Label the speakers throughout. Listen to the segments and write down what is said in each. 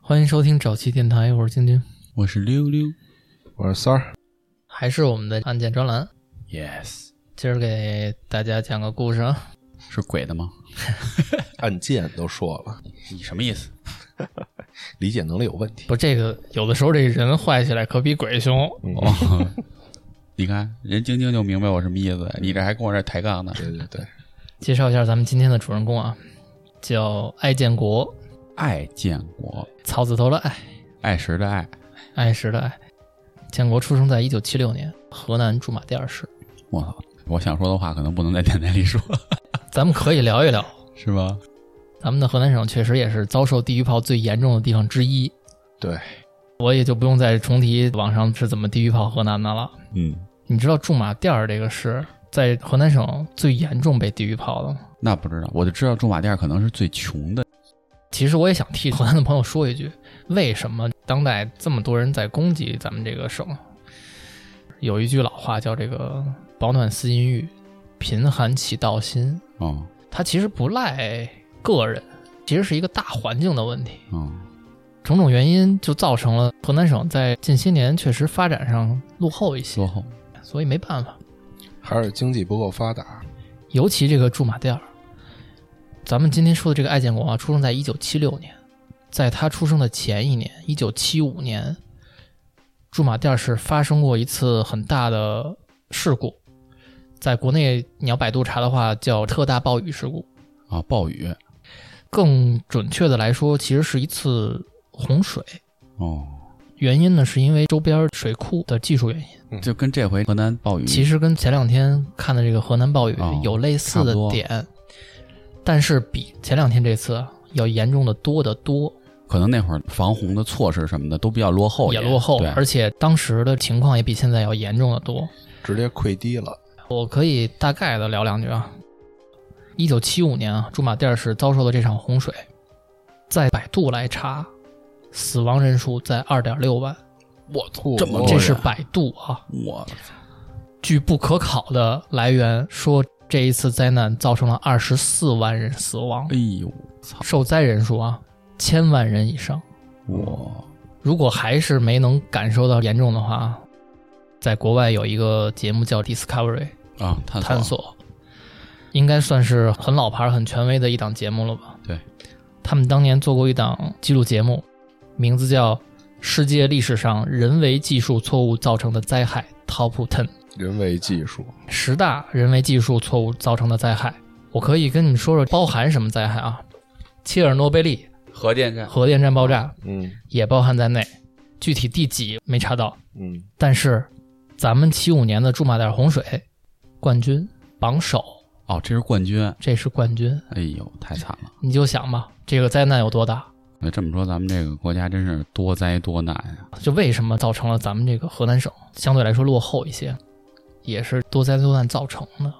Speaker 1: 欢迎收听早期电台，我是晶晶，
Speaker 2: 我是溜溜
Speaker 3: 我是三儿，
Speaker 1: 还是我们的案件专栏，
Speaker 2: ，yes，
Speaker 1: 今儿给大家讲个故事啊。
Speaker 2: 是鬼的吗？
Speaker 3: 按键都说了，
Speaker 2: 你什么意思？
Speaker 3: 理解能力有问题。
Speaker 1: 不，这个有的时候这人坏起来可比鬼凶。
Speaker 2: 哦，你看人晶晶就明白我什么意思，你这还跟我这抬杠呢？
Speaker 3: 对对对，
Speaker 1: 介绍一下咱们今天的主人公啊，叫艾建国，
Speaker 2: 爱建国，
Speaker 1: 草字头的艾，
Speaker 2: 爱时的爱，
Speaker 1: 爱时的爱。建国出生在一九七六年，河南驻马店儿市。
Speaker 2: 我操！我想说的话可能不能在电台里说，
Speaker 1: 咱们可以聊一聊，
Speaker 2: 是吧？
Speaker 1: 咱们的河南省确实也是遭受地狱炮最严重的地方之一。
Speaker 3: 对，
Speaker 1: 我也就不用再重提网上是怎么地狱炮河南的了。
Speaker 2: 嗯，
Speaker 1: 你知道驻马店儿这个市在河南省最严重被地狱炮的吗？
Speaker 2: 那不知道，我就知道驻马店可能是最穷的。
Speaker 1: 其实我也想替河南的朋友说一句：为什么当代这么多人在攻击咱们这个省？有一句老话叫“这个饱暖思淫欲，贫寒起盗心
Speaker 2: 哦”，
Speaker 1: 它其实不赖个人，其实是一个大环境的问题。
Speaker 2: 哦，
Speaker 1: 种种原因就造成了河南省在近些年确实发展上落后一些
Speaker 2: 落，后。
Speaker 1: 所以没办法。
Speaker 3: 还是经济不够发达。
Speaker 1: 尤其这个驻马店儿，咱们今天说的这个艾建国啊，出生在一九七六年，在他出生的前一年，一九七五年，驻马店儿是发生过一次很大的事故，在国内你要百度查的话，叫特大暴雨事故。
Speaker 2: 啊，暴雨
Speaker 1: 更准确的来说，其实是一次洪水。
Speaker 2: 哦，
Speaker 1: 原因呢，是因为周边水库的技术原因。
Speaker 2: 就跟这回河南暴雨
Speaker 1: 其实跟前两天看的这个河南暴雨
Speaker 2: 嗯哦
Speaker 1: 有类似的点，但是比前两天这次啊要严重的多得多，
Speaker 2: 可能那会儿防洪的措施什么的都比较落后一
Speaker 1: 也
Speaker 2: 点，
Speaker 1: 落后
Speaker 2: 哦对，，
Speaker 1: 而且当时的情况也比现在要严重的多。
Speaker 3: 直接溃堤了，
Speaker 1: 我可以大概的聊两句啊。一九七五年啊，驻马店市遭受了这场洪水，在百度来查，死亡人数在二点六万，
Speaker 2: 哦我
Speaker 3: 吐
Speaker 2: 这么
Speaker 3: 了
Speaker 1: 这
Speaker 2: 多
Speaker 1: 是
Speaker 2: 人
Speaker 1: 百度啊。
Speaker 2: 我
Speaker 1: 据不可考的来源说，这一次灾难造成了二十四万人死亡
Speaker 2: 哎，呦操
Speaker 1: 受灾人数啊千万人以上。
Speaker 2: 我
Speaker 1: 如果还是没能感受到严重的话，在国外有一个节目叫 Discovery
Speaker 2: 啊探索
Speaker 1: 探索，应该算是很老牌、很权威的一档节目了吧？
Speaker 2: 对，
Speaker 1: 他们当年做过一档记录节目，名字叫《世界历史上人为技术错误造成的灾害 Top Ten》。
Speaker 3: 人为技术
Speaker 1: 十大人为技术错误造成的灾害。我可以跟你们说说包含什么灾害啊？切尔诺贝利
Speaker 2: 核电站
Speaker 1: 核电站爆炸
Speaker 3: 嗯
Speaker 1: 也包含在内，具体第几没查到，
Speaker 3: 嗯，
Speaker 1: 但是咱们七五年的驻马店洪水冠军榜首，
Speaker 2: 哦，这是冠军，
Speaker 1: 这是冠军。
Speaker 2: 哎呦太惨了。
Speaker 1: 你就想吧，这个灾难有多大？
Speaker 2: 那这么说，咱们这个国家真是多灾多难啊呀、
Speaker 1: 就为什么造成了咱们这个河南省相对来说落后一些，也是多灾多难造成的。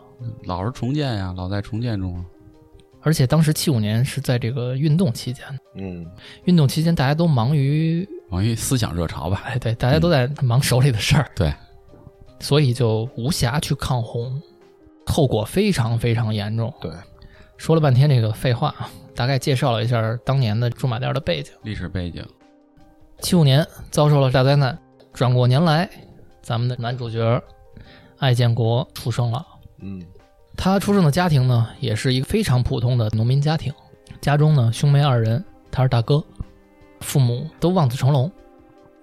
Speaker 2: 老是重建呀、老在重建中啊。
Speaker 1: 而且当时七五年是在这个运动期间，
Speaker 3: 嗯，
Speaker 1: 运动期间大家都忙于
Speaker 2: 网易思想热潮吧，
Speaker 1: 哎，对，大家都在忙手里的事儿，
Speaker 2: 对，
Speaker 1: 所以就无暇去抗洪，后果非常非常严重。
Speaker 3: 对，
Speaker 1: 说了半天这个废话啊，大概介绍了一下当年的驻马店的背景。
Speaker 2: 历史背景，
Speaker 1: 七五年遭受了大灾难，转过年来，咱们的男主角艾建国出生了。
Speaker 3: 嗯，
Speaker 1: 他出生的家庭呢，也是一个非常普通的农民家庭，家中呢兄妹二人，他是大哥，父母都望子成龙，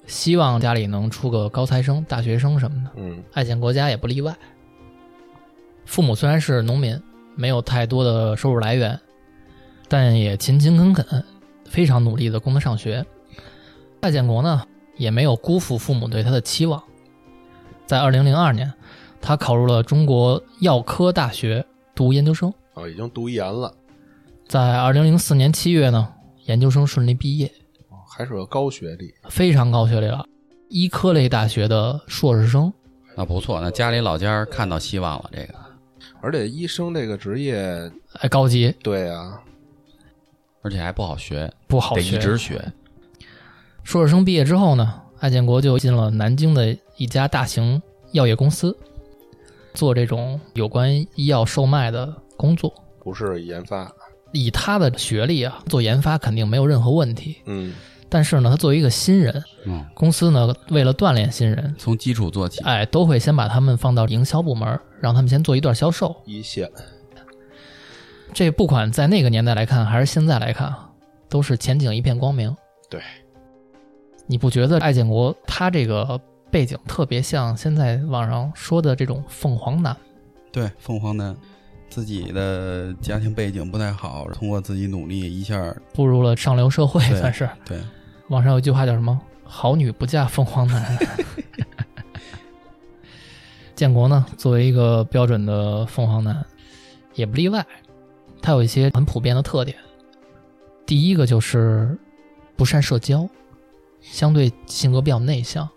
Speaker 1: 希望家里能出个高材生、大学生什么的。
Speaker 3: 嗯
Speaker 1: 爱建国家也不例外。父母虽然是农民，没有太多的收入来源，但也勤勤恳恳，非常努力的供他上学。爱建国呢，也没有辜负父母对他的期望。在二零零二年，他考入了中国药科大学读研究生。
Speaker 3: 哦，已经读研了，
Speaker 1: 在二零零四年七月呢，研究生顺利毕业，
Speaker 3: 哦还是个高学历，
Speaker 1: 非常高学历了，医科类大学的硕士生。
Speaker 2: 那不错，那家里老家儿看到希望了。这个，
Speaker 3: 而且医生这个职业，
Speaker 1: 哎，高级
Speaker 3: 对啊，
Speaker 2: 而且还不好学，
Speaker 1: 不好
Speaker 2: 得
Speaker 1: 学，
Speaker 2: 一直学。
Speaker 1: 硕士生毕业之后呢，艾建国就进了南京的一家大型药业公司，做这种有关医药售卖的工作。
Speaker 3: 不是研发，
Speaker 1: 以他的学历啊，做研发肯定没有任何问题。
Speaker 3: 嗯
Speaker 1: 但是呢，他作为一个新人，
Speaker 2: 嗯，
Speaker 1: 公司呢为了锻炼新人，
Speaker 2: 从基础做起，
Speaker 1: 哎，都会先把他们放到营销部门，让他们先做一段销售。
Speaker 3: 一线
Speaker 1: 这不管在那个年代来看，还是现在来看，啊，都是前景一片光明。
Speaker 3: 对，
Speaker 1: 你不觉得艾建国他这个背景特别像现在网上说的这种凤凰男？
Speaker 2: 对，凤凰男自己的家庭背景不太好，通过自己努力一下儿，
Speaker 1: 步入了上流社会，
Speaker 2: 对
Speaker 1: 算是。
Speaker 2: 对，
Speaker 1: 网上有句话叫什么？“好女不嫁凤凰男。” 建国呢，作为一个标准的凤凰男，也不例外。他有一些很普遍的特点。第一个就是不善社交，相对性格比较内向。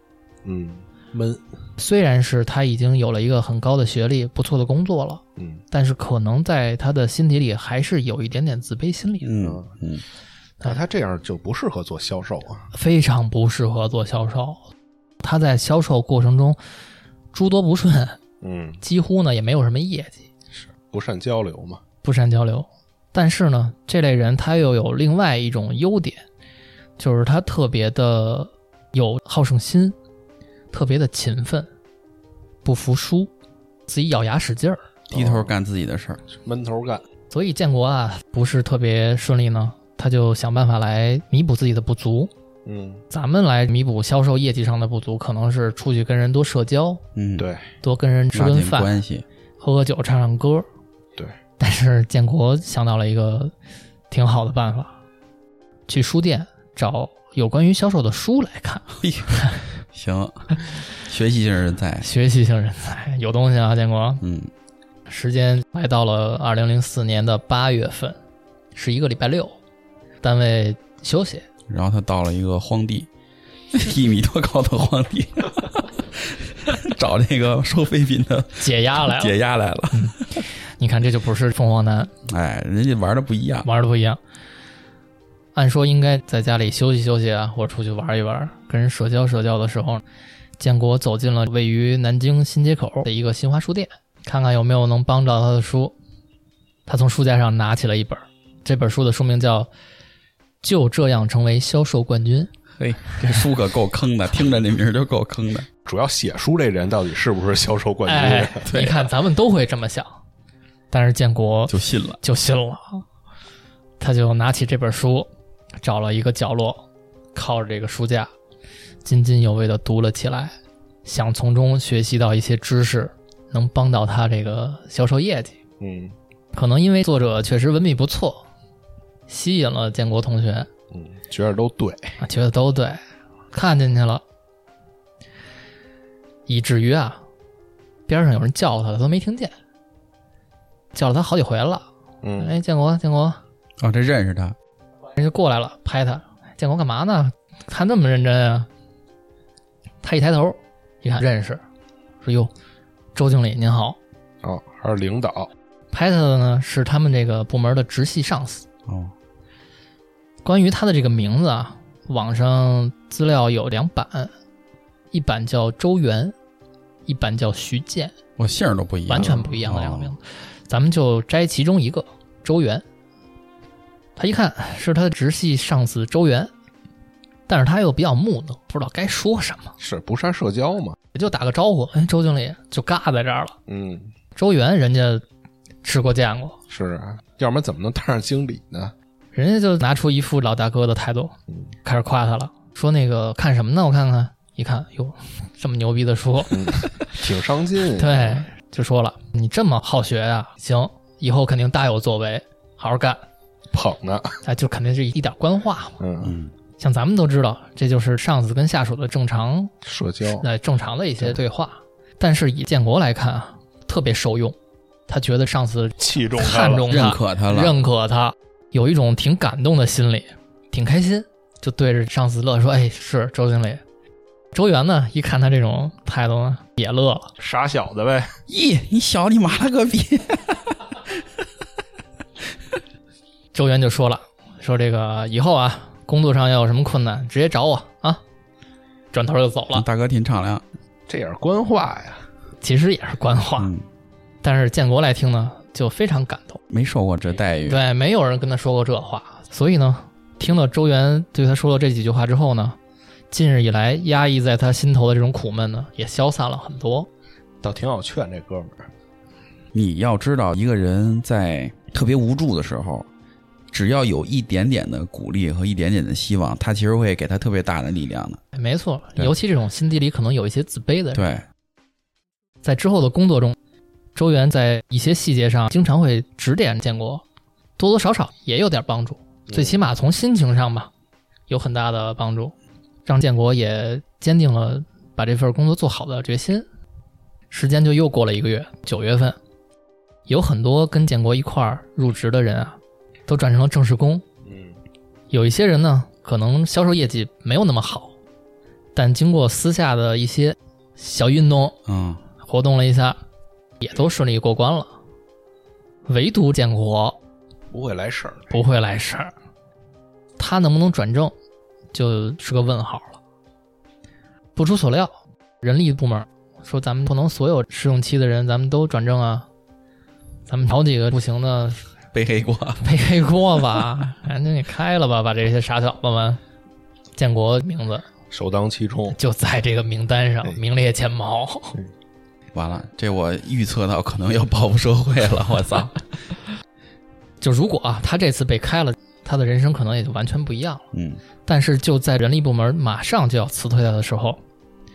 Speaker 3: 嗯闷
Speaker 1: 虽然是他已经有了一个很高的学历、不错的工作了，
Speaker 3: 嗯
Speaker 1: 但是可能在他的心底里还是有一点点自卑心理的。
Speaker 2: 嗯嗯，
Speaker 3: 那他这样就不适合做销售啊。
Speaker 1: 非常不适合做销售。他在销售过程中诸多不顺，
Speaker 3: 嗯，
Speaker 1: 几乎呢也没有什么业绩，
Speaker 3: 不善交流嘛。
Speaker 1: 不善交流。但是呢，这类人他又有另外一种优点，就是他特别的有好胜心，特别的勤奋，不服输，自己咬牙使劲儿。
Speaker 2: 低头干自己的事儿，
Speaker 3: 闷头干，
Speaker 1: 所以建国啊不是特别顺利呢，他就想办法来弥补自己的不足。
Speaker 3: 嗯，
Speaker 1: 咱们来弥补销售业绩上的不足，可能是出去跟人多社交，
Speaker 2: 嗯，，
Speaker 3: 对，
Speaker 1: 多跟人吃
Speaker 2: 拉
Speaker 1: 顿
Speaker 2: 近
Speaker 1: 饭，
Speaker 2: 关系，
Speaker 1: 喝喝酒，唱唱歌。
Speaker 3: 对，
Speaker 1: 但是建国想到了一个挺好的办法，去书店找有关于销售的书来看，
Speaker 2: 行， 学习性人才，
Speaker 1: 学习型人才有东西啊，建国。
Speaker 2: 嗯，
Speaker 1: 时间来到了二零零四年的八月份，是一个礼拜六，单位休息，
Speaker 2: 然后他到了一个荒地， 一米多高的荒地， 找那个收废品的
Speaker 1: 解压来啊了。
Speaker 2: 解压来了。
Speaker 1: 你看，这就不是凤凰男，
Speaker 2: 哎，人家玩的不一样，
Speaker 1: 玩的不一样。按说应该在家里休息休息啊，或者出去玩一玩，跟人社交社交的时候，建国走进了位于南京新街口的一个新华书店，看看有没有能帮到他的书。他从书架上拿起了一本，这本书的书名叫《就这样成为销售冠军》。
Speaker 2: 嘿，这书可够坑的， 听着那名儿就够坑的。
Speaker 3: 主要写书这人到底是不是销售冠军？
Speaker 1: 哎，你看咱们都会这么想，但是建国
Speaker 2: 就信了。
Speaker 1: 就信了，他就拿起这本书，找了一个角落，靠着这个书架，津津有味地读了起来，想从中学习到一些知识，能帮到他这个销售业绩。
Speaker 3: 嗯
Speaker 1: 可能因为作者确实文笔不错，吸引了建国同学，
Speaker 3: 嗯，觉得都对，
Speaker 1: 啊，觉得都对，看进去了，以至于啊，边上有人叫他了，他都没听见，叫了他好几回了。
Speaker 3: 嗯，
Speaker 1: 哎，建国，建国，
Speaker 2: 哦，这认识他，
Speaker 1: 人就过来了，拍他，建国干嘛呢？看那么认真啊？他一抬头，一看认识，说哟，周经理您好。
Speaker 3: 哦，还是领导，
Speaker 1: 拍他的呢是他们这个部门的直系上司。
Speaker 2: 哦，
Speaker 1: 关于他的这个名字啊，网上资料有两版，一版叫周元，一版叫徐建，
Speaker 2: 我姓儿都不一样，
Speaker 1: 完全不一样的两个名
Speaker 2: 哦
Speaker 1: 字。咱们就摘其中一个，周元。他一看是他的直系上司周元，但是他又比较木讷，不知道该说什么，
Speaker 3: 是不善社交嘛？
Speaker 1: 也就打个招呼。哎，周经理就尬在这儿了。
Speaker 3: 嗯，
Speaker 1: 周元人家吃过见过，
Speaker 3: 是啊，要不然怎么能当上经理呢？
Speaker 1: 人家就拿出一副老大哥的态度
Speaker 3: 嗯，
Speaker 1: 开始夸他了，说那个看什么呢？我看看，一看，哟，这么牛逼的书，
Speaker 3: 挺上进，
Speaker 1: 对，就说了，你这么好学呀、行，以后肯定大有作为，好好干，
Speaker 3: 捧呢，
Speaker 1: 哎，就肯定是一点官话嘛。
Speaker 3: 嗯，
Speaker 2: 嗯，
Speaker 1: 像咱们都知道，这就是上司跟下属的正常，
Speaker 3: 社交，
Speaker 1: 呃，正常的一些对话。但是以建国来看啊，特别受用，他觉得上司
Speaker 3: 器重
Speaker 1: 看重
Speaker 2: 认
Speaker 1: 他，
Speaker 2: 可他了，
Speaker 1: 认可他，有一种挺感动的心理，挺开心，就对着上司乐说：“哎，是周经理。”周元呢，一看他这种态度呢，也乐了。
Speaker 3: 傻小子呗，
Speaker 2: 咦，你小你妈了个逼！
Speaker 1: 周元就说了：“说这个以后啊，工作上要有什么困难，直接找我啊。”转头就走了，
Speaker 2: 大哥挺敞亮，
Speaker 3: 这也是官话呀，
Speaker 1: 其实也是官话，
Speaker 2: 嗯，
Speaker 1: 但是建国来听呢，就非常感动。
Speaker 2: 没受过这待遇，
Speaker 1: 对，没有人跟他说过这话，所以呢，听到周元对他说了这几句话之后呢，近日以来压抑在他心头的这种苦闷呢，也消散了很多。
Speaker 3: 倒挺好劝这哥们儿，
Speaker 2: 你要知道，一个人在特别无助的时候，只要有一点点的鼓励和一点点的希望，他其实会给他特别大的力量的。
Speaker 1: 哎没错，
Speaker 2: 对
Speaker 1: 尤其这种心底里可能有一些自卑的人，
Speaker 2: 对，
Speaker 1: 在之后的工作中，周元在一些细节上经常会指点建国，多多少少也有点帮助，最起码从心情上吧，有很大的帮助，让建国也坚定了把这份工作做好的决心。时间就又过了一个月，九月份，有很多跟建国一块儿入职的人啊，都转成了正式工，
Speaker 3: 嗯，
Speaker 1: 有一些人呢，可能销售业绩没有那么好，但经过私下的一些小运动，
Speaker 2: 嗯，
Speaker 1: 活动了一下，也都顺利过关了。唯独建国
Speaker 3: 不会来事儿，
Speaker 1: 不会来事儿，他能不能转正，就是个问号了。不出所料，人力部门说咱们不能所有试用期的人咱们都转正啊，咱们找几个不行的
Speaker 2: 背黑锅，
Speaker 1: 背黑锅吧， 赶紧给开了吧，把这些傻小子们。建国名字
Speaker 3: 首当其冲，
Speaker 1: 就在这个名单上
Speaker 3: 哎
Speaker 1: 名列前茅。
Speaker 2: 完了，这我预测到可能要报复社会了，我操！
Speaker 1: 就如果啊，他这次被开了，他的人生可能也就完全不一样了。
Speaker 2: 嗯，
Speaker 1: 但是就在人力部门马上就要辞退他的时候，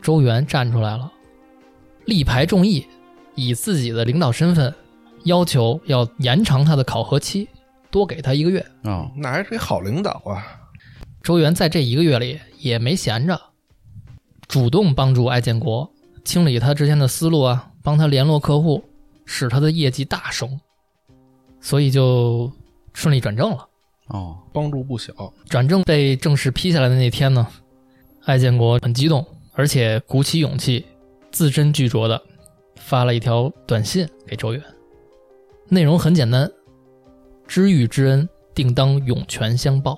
Speaker 1: 周元站出来了，力排众议，以自己的领导身份要求要延长他的考核期，多给他一个月。
Speaker 2: 哦，
Speaker 3: 那还是一好领导啊，
Speaker 1: 周元在这一个月里也没闲着，主动帮助艾建国清理他之前的思路啊，帮他联络客户，使他的业绩大升，所以就顺利转正了。
Speaker 2: 哦，
Speaker 3: 帮助不小，
Speaker 1: 转正被正式批下来的那天呢，艾建国很激动，而且鼓起勇气，字斟句酌的发了一条短信给周远，内容很简单：“知遇之恩，定当涌泉相报。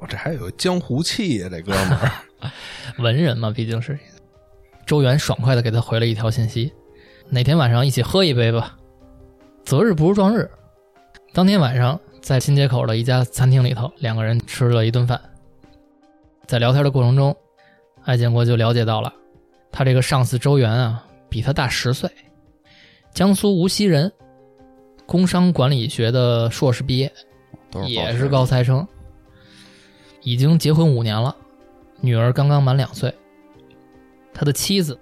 Speaker 3: 我这还有江湖气呀、这哥们 儿，”
Speaker 1: 文人嘛，毕竟是。周远爽快的给他回了一条信息：“哪天晚上一起喝一杯吧，择日不如撞日。”当天晚上，在新街口的一家餐厅里头，两个人吃了一顿饭。在聊天的过程中，艾建国就了解到了，他这个上司周元啊，比他大十岁，江苏无锡人，工商管理学的硕士毕业，
Speaker 2: 都是
Speaker 1: 也是高材生，已经结婚五年了，女儿刚刚满两岁。他的妻子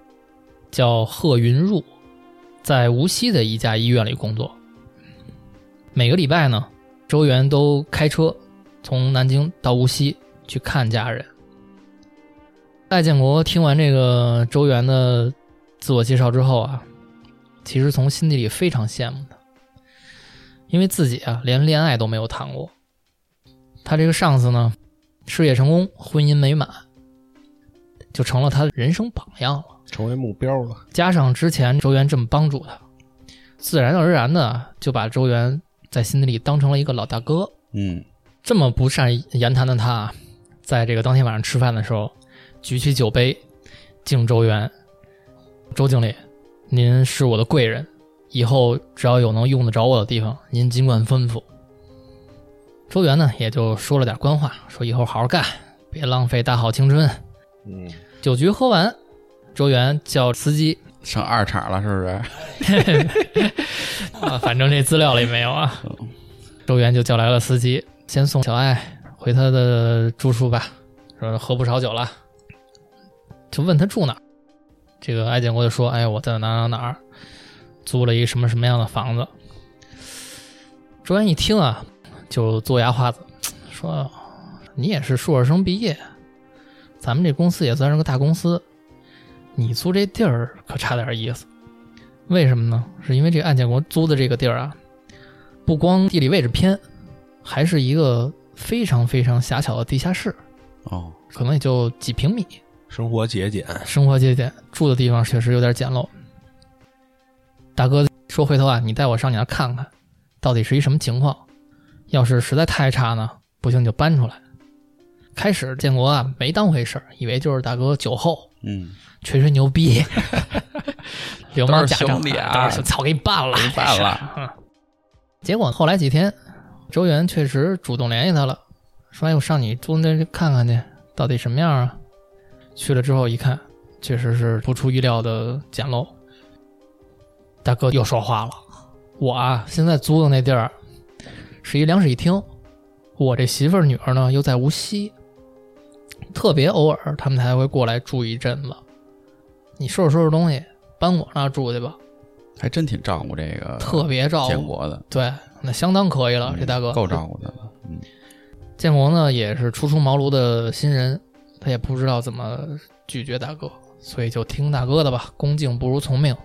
Speaker 1: 叫贺云入，在无锡的一家医院里工作。每个礼拜呢，周元都开车从南京到无锡去看家人。戴建国听完这个周元的自我介绍之后啊，其实从心底里非常羡慕他。因为自己啊连恋爱都没有谈过。他这个上司呢，事业成功，婚姻美满，就成了他人生榜样了。
Speaker 3: 成为目标了，
Speaker 1: 加上之前周元这么帮助他，自然而然的就把周元在心里当成了一个老大哥。
Speaker 2: 嗯，
Speaker 1: 这么不善言谈的他啊，在这个当天晚上吃饭的时候，举起酒杯敬周元：“周经理，您是我的贵人，以后只要有能用得着我的地方，您尽管吩咐。”周元呢也就说了点官话，说以后好好干，别浪费大好青春。
Speaker 3: 嗯，
Speaker 1: 酒局喝完，周元叫司机
Speaker 2: 上二茬了，是不是？
Speaker 1: 啊，反正这资料里没有啊。周元就叫来了司机，先送小艾回她的住处吧，说喝不少酒了，就问他住哪儿。这个艾建国就说：“哎，我在哪儿哪儿哪儿租了一个什么什么样的房子。”周元一听啊，就嘬牙花子，说：“你也是硕士生毕业，咱们这公司也算是个大公司，你租这地儿可差点意思。”为什么呢？是因为这个案建国租的这个地儿啊，不光地理位置偏，还是一个非常非常狭小的地下室，
Speaker 2: 哦，
Speaker 1: 可能也就几平米，
Speaker 3: 生活节俭，
Speaker 1: 生活节俭，住的地方确实有点简陋。大哥说：“回头啊，你带我上你那儿看看，到底是一什么情况？要是实在太差呢，不行你就搬出来。”开始建国啊没当回事儿，以为就是大哥酒后
Speaker 2: 嗯，
Speaker 1: 吹吹牛逼， 流氓假账
Speaker 2: 都是兄弟啊
Speaker 1: 都是操，给你办了，
Speaker 2: 没办了，
Speaker 1: 结果后来几天，周元确实主动联系他了，说：“哎呦，我上你租那看看去，到底什么样啊？”去了之后一看，确实是不出意料的简陋。大哥又说话了：“我啊，现在租的那地儿是一两室一厅，我这媳妇儿女儿呢又在无锡，特别偶尔他们才会过来住一阵子。你收拾收拾东西，搬我那儿住去吧，
Speaker 2: 还真挺照顾这个
Speaker 1: 特别照
Speaker 2: 建
Speaker 1: 顾。
Speaker 2: 国的，
Speaker 1: 对，那相当可以了，
Speaker 2: 啊嗯
Speaker 1: 这大哥
Speaker 2: 够照顾的 了。嗯，
Speaker 1: 建国呢也是初出茅庐的新人，他也不知道怎么拒绝大哥，所以就听大哥的吧，恭敬不如从命。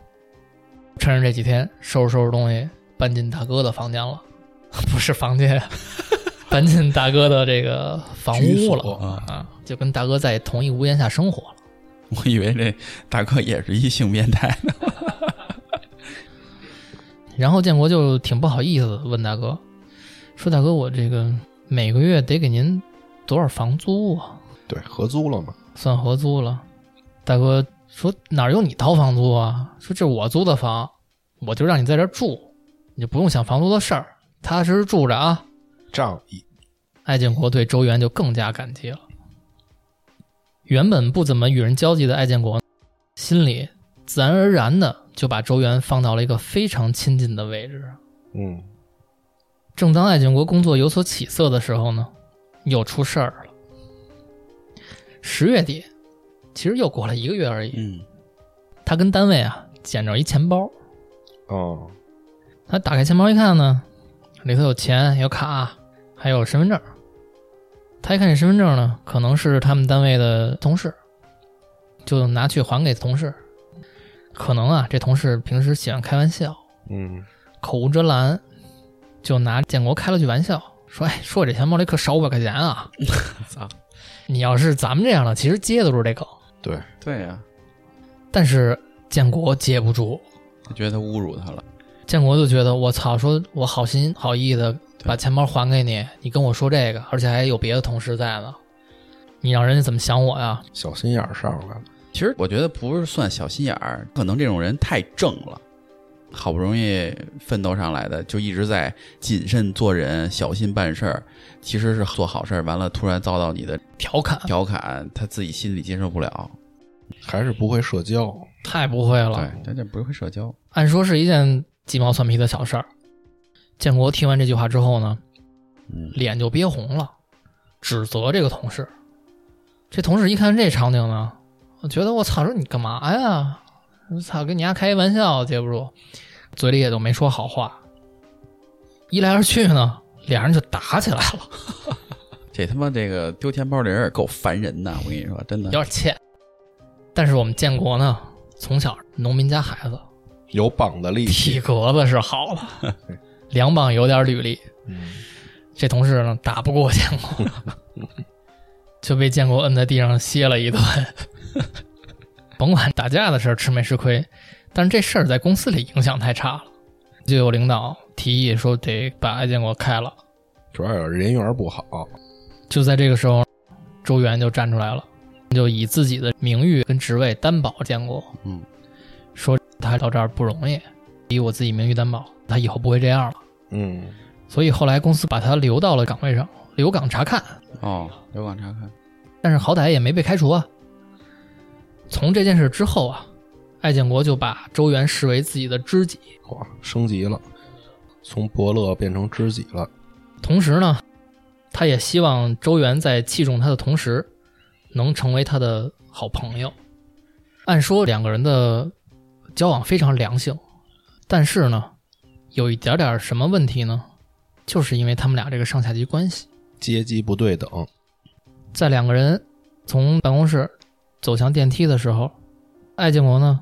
Speaker 1: 趁着这几天收拾收拾东西，搬进大哥的房间了， 不是房间， 搬进大哥的这个房
Speaker 3: 居
Speaker 1: 屋
Speaker 3: 所
Speaker 1: 了
Speaker 2: 啊
Speaker 1: 啊，就跟大哥在同一屋檐下生活了。
Speaker 2: 我以为这大哥也是一性变态呢。
Speaker 1: 然后建国就挺不好意思地问大哥，说大哥，我这个每个月得给您多少房租啊？
Speaker 3: 对，合租了嘛，
Speaker 1: 算合租了。大哥说哪儿有你掏房租啊？说这我租的房，我就让你在这儿住，你就不用想房租的事儿，踏踏实实住着啊。
Speaker 3: 仗义。
Speaker 1: 艾建国对周元就更加感激了。原本不怎么与人交际的艾建国，心里自然而然的就把周元放到了一个非常亲近的位置。
Speaker 3: 嗯，
Speaker 1: 正当艾建国工作有所起色的时候呢，又出事儿了。十月底，其实又过了一个月而已，
Speaker 2: 嗯，
Speaker 1: 他跟单位啊捡着一钱包，
Speaker 3: 哦，
Speaker 1: 他打开钱包一看呢，里头有钱、有卡，还有身份证。他一看这身份证呢，可能是他们单位的同事，就拿去还给同事。可能啊，这同事平时喜欢开玩笑，
Speaker 3: 嗯，
Speaker 1: 口无遮拦，就拿建国开了句玩笑，说：“哎，说我这钱包里可少五百块钱啊！
Speaker 2: 操，
Speaker 1: 你要是咱们这样的，其实接得住这梗，
Speaker 3: 对，
Speaker 2: 对呀、
Speaker 1: 但是建国接不住。”
Speaker 2: 他觉得他侮辱他了。
Speaker 1: 建国就觉得我操，说我好心好意的把钱包还给你，你跟我说这个，而且还有别的同事在呢，你让人家怎么想我呀？
Speaker 3: 小心眼儿上来了。
Speaker 2: 其实我觉得不是算小心眼儿，可能这种人太正了，好不容易奋斗上来的，就一直在谨慎做人、小心办事儿，其实是做好事儿，完了突然遭到你的
Speaker 1: 调侃
Speaker 2: 调侃，他自己心里接受不了。
Speaker 3: 还是不会社交，
Speaker 1: 太不会了，
Speaker 2: 对，他这不会社交，
Speaker 1: 按说是一件鸡毛蒜皮的小事儿。建国听完这句话之后呢，
Speaker 2: 嗯，
Speaker 1: 脸就憋红了，指责这个同事。这同事一看这场景呢，我觉得我操，说你干嘛呀？我操，跟你丫开一玩笑接不住，嘴里也就没说好话。一来二去呢，俩人就打起来了，
Speaker 2: 这他妈这个丢钱包的人也够烦人的，我跟你说，真的
Speaker 1: 有。点欠。但是我们建国呢，从小农民家孩子，
Speaker 3: 有膀子力气。
Speaker 1: 体格子是好的，两膀有点履历，
Speaker 3: 嗯，
Speaker 1: 这同事呢打不过建国，就被建国摁在地上歇了一顿。 甭管打架的事儿吃没吃亏，但是这事儿在公司里影响太差了，就有领导提议说得把艾建国开了。
Speaker 3: 主要有人缘不好。
Speaker 1: 就在这个时候，周元就站出来了，就以自己的名誉跟职位担保建国，
Speaker 2: 嗯，
Speaker 1: 说他到这儿不容易，以我自己名誉担保，他以后不会这样了。
Speaker 3: 嗯，
Speaker 1: 所以后来公司把他留到了岗位上，留岗察看。
Speaker 2: 哦，刘广察看，
Speaker 1: 但是好歹也没被开除啊。从这件事之后啊，艾建国就把周元视为自己的知己，
Speaker 3: 哇，升级了，从伯乐变成知己了。
Speaker 1: 同时呢，他也希望周元在器重他的同时，能成为他的好朋友。按说两个人的交往非常良性，但是呢，有一点点什么问题呢？就是因为他们俩这个上下级关系，
Speaker 3: 阶级不对等，
Speaker 1: 在两个人从办公室走向电梯的时候，艾建国呢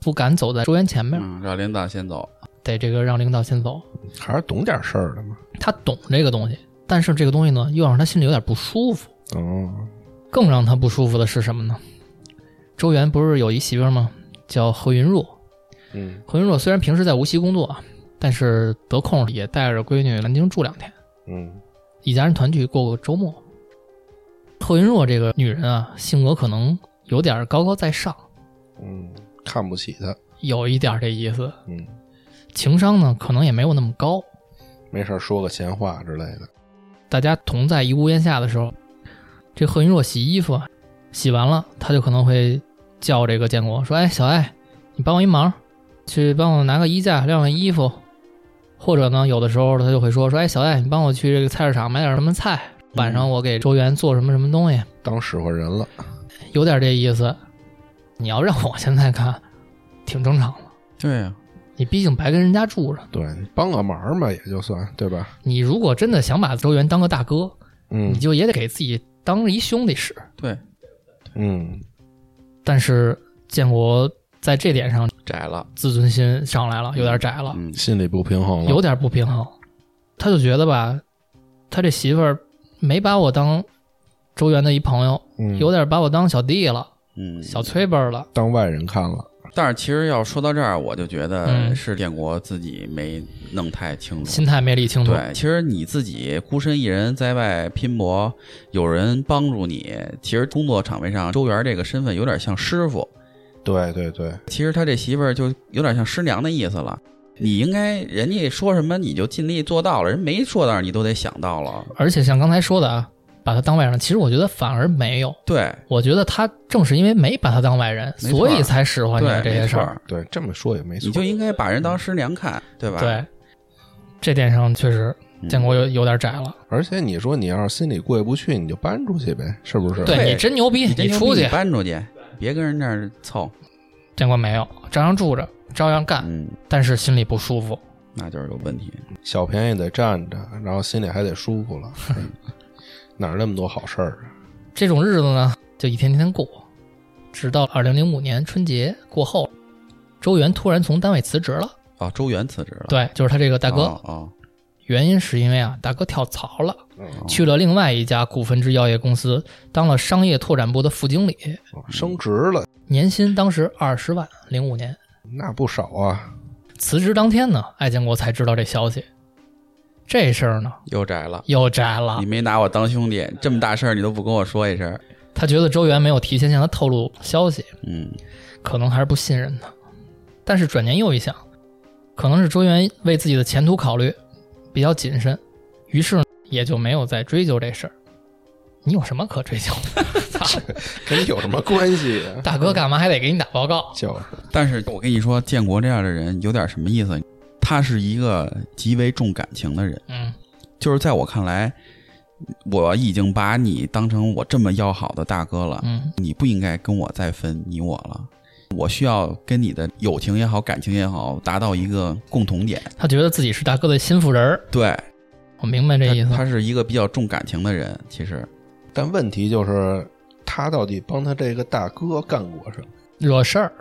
Speaker 1: 不敢走在周元前面，
Speaker 2: 嗯，让领导先走，
Speaker 1: 得这个让领导先走。
Speaker 3: 还是懂点事儿的嘛。
Speaker 1: 他懂这个东西，但是这个东西呢，又让他心里有点不舒服。
Speaker 3: 哦，
Speaker 1: 更让他不舒服的是什么呢？周元不是有一媳妇儿吗？叫何云若。
Speaker 3: 嗯
Speaker 1: 何云若虽然平时在无锡工作啊，但是得空也带着闺女南京住两天，
Speaker 3: 嗯，
Speaker 1: 一家人团聚过个周末。何云若这个女人啊，性格可能有点高高在上，
Speaker 3: 嗯，看不起他，
Speaker 1: 有一点这意思。
Speaker 3: 嗯，
Speaker 1: 情商呢，可能也没有那么高，
Speaker 3: 没事儿说个闲话之类的。
Speaker 1: 大家同在一屋檐下的时候，这贺云若洗衣服，洗完了，他就可能会叫这个建国说：“哎，小艾，你帮我一忙，去帮我拿个衣架晾晾衣服。”或者呢，有的时候他就会说：“说哎，小艾，你帮我去这个菜市场买点什么菜，晚上我给周元做什么什么东西。”
Speaker 3: 当使唤人了，
Speaker 1: 有点这意思。你要让我现在看，挺正常的。
Speaker 2: 对呀、
Speaker 1: 你毕竟白跟人家住着，
Speaker 3: 对，帮个忙嘛，也就算对吧？
Speaker 1: 你如果真的想把周元当个大哥，
Speaker 3: 嗯
Speaker 1: 你就也得给自己当一兄弟使。
Speaker 2: 对，
Speaker 3: 嗯，
Speaker 1: 但是建国在这点上
Speaker 2: 窄了，
Speaker 1: 自尊心上来了，有点窄了，
Speaker 2: 嗯，
Speaker 3: 心里不平衡了，
Speaker 1: 有点不平衡。他就觉得吧，他这媳妇儿没把我当周元的一朋友，
Speaker 3: 嗯
Speaker 1: 有点把我当小弟了，
Speaker 2: 嗯，
Speaker 1: 小崔辈儿了。
Speaker 3: 当外人看了，
Speaker 2: 但是其实要说到这儿，我就觉得
Speaker 1: 嗯
Speaker 2: 是建国自己没弄太清楚。
Speaker 1: 心态没理清楚，
Speaker 2: 嗯对，其实你自己孤身一人在外拼搏，有人帮助你。其实工作场面上，周元这个身份有点像师傅，
Speaker 3: 对对对，
Speaker 2: 其实他这媳妇儿就有点像师娘的意思了。你应该人家说什么你就尽力做到了，人没说到你都得想到了。
Speaker 1: 而且像刚才说的啊，把他当外人，其实我觉得反而没有，
Speaker 2: 对
Speaker 1: 我觉得他正是因为没把他当外人，
Speaker 2: 没错
Speaker 1: 所以才使唤你
Speaker 2: 对，
Speaker 1: 这些
Speaker 2: 没
Speaker 1: 事
Speaker 2: 错
Speaker 1: 儿。嗯
Speaker 2: 儿，
Speaker 3: 对，这么说也没错，
Speaker 2: 你就应该把人当师娘看，对吧？
Speaker 1: 对，这点上确实
Speaker 2: 嗯
Speaker 1: 建国有有点窄了。
Speaker 3: 而且你说你要是心里过意不去，你就搬出去呗，是不是？
Speaker 1: 对
Speaker 2: 对
Speaker 1: 你真牛逼，
Speaker 2: 你真牛逼
Speaker 1: 出
Speaker 2: 你
Speaker 1: 去。
Speaker 2: 搬出去，别跟人那儿凑。
Speaker 1: 建国没有，照样住着，照样干，
Speaker 2: 嗯，
Speaker 1: 但是心里不舒服。
Speaker 2: 那就是有问题。
Speaker 3: 小便宜得占着，然后心里还得舒服 了，哪儿那么多好事儿啊？
Speaker 1: 这种日子呢，就一天天过，直到二零零五年春节过后，周元突然从单位辞职了。
Speaker 2: 哦，周元辞职了，
Speaker 1: 对，就是他这个大哥，
Speaker 2: 哦哦，
Speaker 1: 原因是因为啊，大哥跳槽了。
Speaker 3: 嗯，
Speaker 1: 去了另外一家股份制药业公司，当了商业拓展部的副经理，
Speaker 3: 升职了，
Speaker 1: 年薪当时二十万。零五年
Speaker 3: 那不少啊。
Speaker 1: 辞职当天呢，艾建国才知道这消息。这事儿呢
Speaker 2: 又宅了。
Speaker 1: 又摘了
Speaker 2: 你，没拿我当兄弟，这么大事儿你都不跟我说一声，
Speaker 1: 他觉得周元没有提前向他透露消息，
Speaker 2: 嗯，
Speaker 1: 可能还是不信任他。但是转念又一想，可能是周元为自己的前途考虑，比较谨慎，于是呢也就没有再追究这事儿。你有什么可追究的？
Speaker 3: 跟你有什么关系啊？
Speaker 1: 大哥干嘛还得给你打报告？
Speaker 3: 就是
Speaker 2: 但是我跟你说，建国这样的人有点什么意思？他是一个极为重感情的人，
Speaker 1: 嗯，
Speaker 2: 就是在我看来，我已经把你当成我这么要好的大哥了，
Speaker 1: 嗯
Speaker 2: 你不应该跟我再分你我了。我需要跟你的友情也好，感情也好，达到一个共同点。
Speaker 1: 他觉得自己是大哥的心腹人儿，
Speaker 2: 对，
Speaker 1: 我明白这意思
Speaker 2: 他。他是一个比较重感情的人，其实
Speaker 3: 但问题就是，他到底帮他这个大哥干过什么？
Speaker 1: 惹事儿，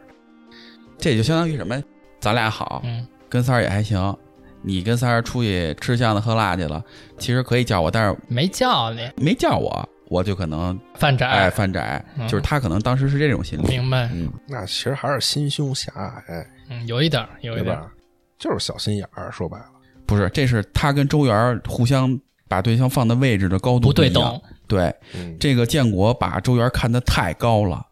Speaker 2: 这也就相当于什么？咱俩好，
Speaker 1: 嗯，
Speaker 2: 跟三儿也还行。你跟三儿出去吃香的喝辣去了，其实可以叫我，但是
Speaker 1: 没叫你
Speaker 2: 没叫我，我就可能
Speaker 1: 范宅，
Speaker 2: 哎翻宅，
Speaker 1: 嗯
Speaker 2: 就是他可能当时是这种心理。
Speaker 1: 明白，
Speaker 2: 嗯，
Speaker 3: 那其实还是心胸狭隘，
Speaker 1: 嗯，有一点儿，有
Speaker 3: 对
Speaker 1: 一点儿，
Speaker 3: 吧？就是小心眼儿，说白了，
Speaker 2: 不是，这是他跟周元儿互相把对象放的位置的高度
Speaker 1: 不对
Speaker 2: 一样
Speaker 1: 等，
Speaker 2: 对，
Speaker 3: 嗯，
Speaker 2: 这个建国把周元看得太高了，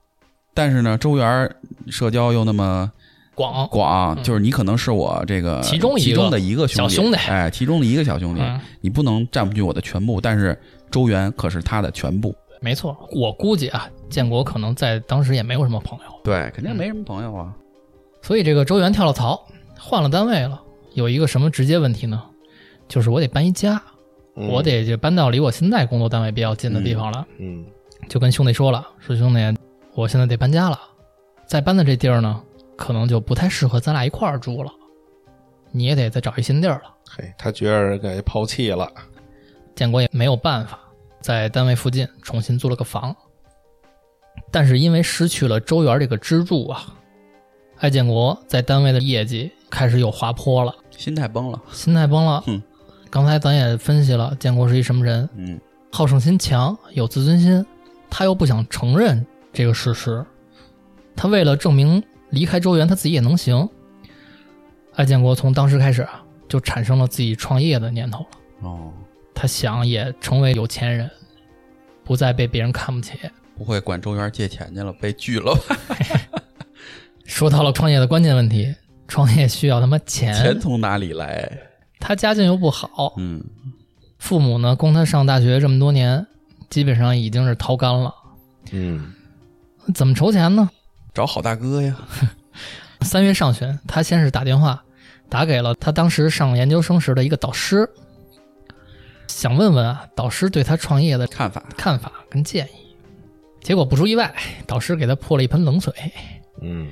Speaker 2: 但是呢，周元社交又那么
Speaker 1: 广，
Speaker 2: 广，
Speaker 1: 嗯
Speaker 2: 就是你可能是我这个
Speaker 1: 其中一个
Speaker 2: 其中的一个兄弟，
Speaker 1: 小兄弟
Speaker 2: 哎，其中的一个小兄弟，
Speaker 1: 嗯，
Speaker 2: 你不能占据我的全部，但是周元可是他的全部。
Speaker 1: 没错，我估计啊，建国可能在当时也没有什么朋友，
Speaker 2: 对，肯定没什么朋友啊。
Speaker 1: 所以这个周元跳了槽，换了单位了，有一个什么直接问题呢？就是我得搬一家，
Speaker 3: 嗯
Speaker 1: 我，得就搬到离我现在工作单位比较近的地方了，
Speaker 3: 嗯，
Speaker 1: 就跟兄弟说了，说兄弟，我现在得搬家了，再搬的这地儿呢，可能就不太适合咱俩一块儿住了，你也得再找一新地儿了。
Speaker 3: 嘿，他觉着给抛弃了，
Speaker 1: 建国也没有办法，在单位附近重新租了个房。但是因为失去了周元这个支柱啊，艾建国在单位的业绩开始有滑坡了，
Speaker 2: 心态崩了，
Speaker 1: 心态崩了
Speaker 2: 哼。
Speaker 1: 刚才咱也分析了，建国是一什么人，
Speaker 2: 嗯，
Speaker 1: 好胜心强，有自尊心，他又不想承认这个事实，他为了证明离开周元他自己也能行，艾建国从当时开始啊，就产生了自己创业的念头了。
Speaker 2: 哦，
Speaker 1: 他想也成为有钱人，不再被别人看不起。
Speaker 2: 不会管周元借钱去了，被拒了吧？
Speaker 1: 说到了创业的关键问题，创业需要他妈钱，
Speaker 2: 钱从哪里来？
Speaker 1: 他家境又不好，
Speaker 2: 嗯，
Speaker 1: 父母呢供他上大学这么多年，基本上已经是掏干了。
Speaker 3: 嗯
Speaker 1: 怎么筹钱呢？
Speaker 2: 找好大哥呀，
Speaker 1: 三月上旬，他先是打电话打给了他当时上研究生时的一个导师，想问问啊导师对他创业的
Speaker 2: 看法。
Speaker 1: 看法跟建议。结果不出意外，导师给他泼了一盆冷水，
Speaker 3: 嗯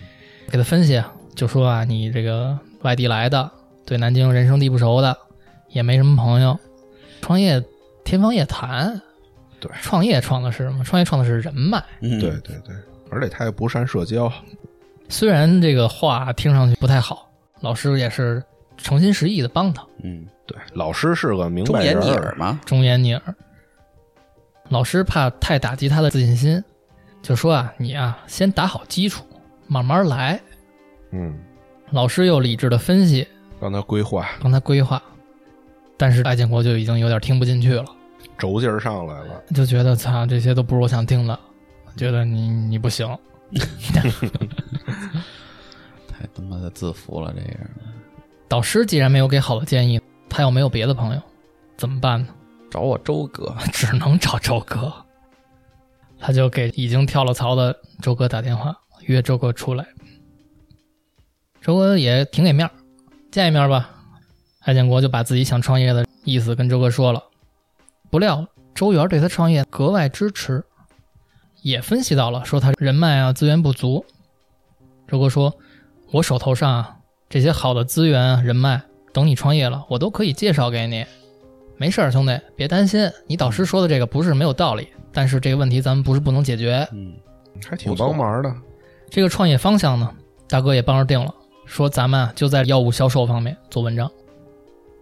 Speaker 1: 给他分析啊，就说啊，你这个外地来的，对南京人生地不熟的，也没什么朋友，创业天方夜谭。
Speaker 3: 对
Speaker 1: 创业创的是什么？创业创的是人脉。
Speaker 2: 嗯，
Speaker 3: 对对对，而且他也不善社交，
Speaker 1: 虽然这个话听上去不太好，老师也是诚心实意的帮他，
Speaker 2: 嗯，
Speaker 3: 对，老师是个明
Speaker 2: 忠
Speaker 3: 白
Speaker 2: 言
Speaker 3: 人
Speaker 2: 逆
Speaker 3: 儿
Speaker 2: 耳，嘛，
Speaker 1: 忠言逆耳。老师怕太打击他的自信心，就说啊，你啊先打好基础，慢慢来。
Speaker 3: 嗯，
Speaker 1: 老师又理智的分析，
Speaker 3: 让他规划，
Speaker 1: 帮他规划，但是艾建国就已经有点听不进去了。
Speaker 3: 轴劲儿上来了，
Speaker 1: 就觉得操，这些都不是我想听的，觉得你你不行。
Speaker 2: 太他妈的自负了，这样
Speaker 1: 导师既然没有给好的建议，他又没有别的朋友，怎么办呢？
Speaker 2: 找我周哥，
Speaker 1: 只能找周哥。他就给已经跳了槽的周哥打电话，约周哥出来。周哥也挺给面儿，见一面吧。艾建国就把自己想创业的意思跟周哥说了，不料周元对他创业格外支持，也分析到了说他人脉啊资源不足。周哥说：“我手头上啊这些好的资源啊人脉，等你创业了，我都可以介绍给你。没事儿，兄弟，别担心。你导
Speaker 3: 嗯
Speaker 1: 师说的这个不是没有道理，但是这个问题咱们不是不能解决。
Speaker 2: 嗯，
Speaker 3: 还挺
Speaker 2: 不错
Speaker 3: 帮忙的，
Speaker 1: 这个创业方向呢，大哥也帮着定了，说咱们啊就在药物销售方面做文章。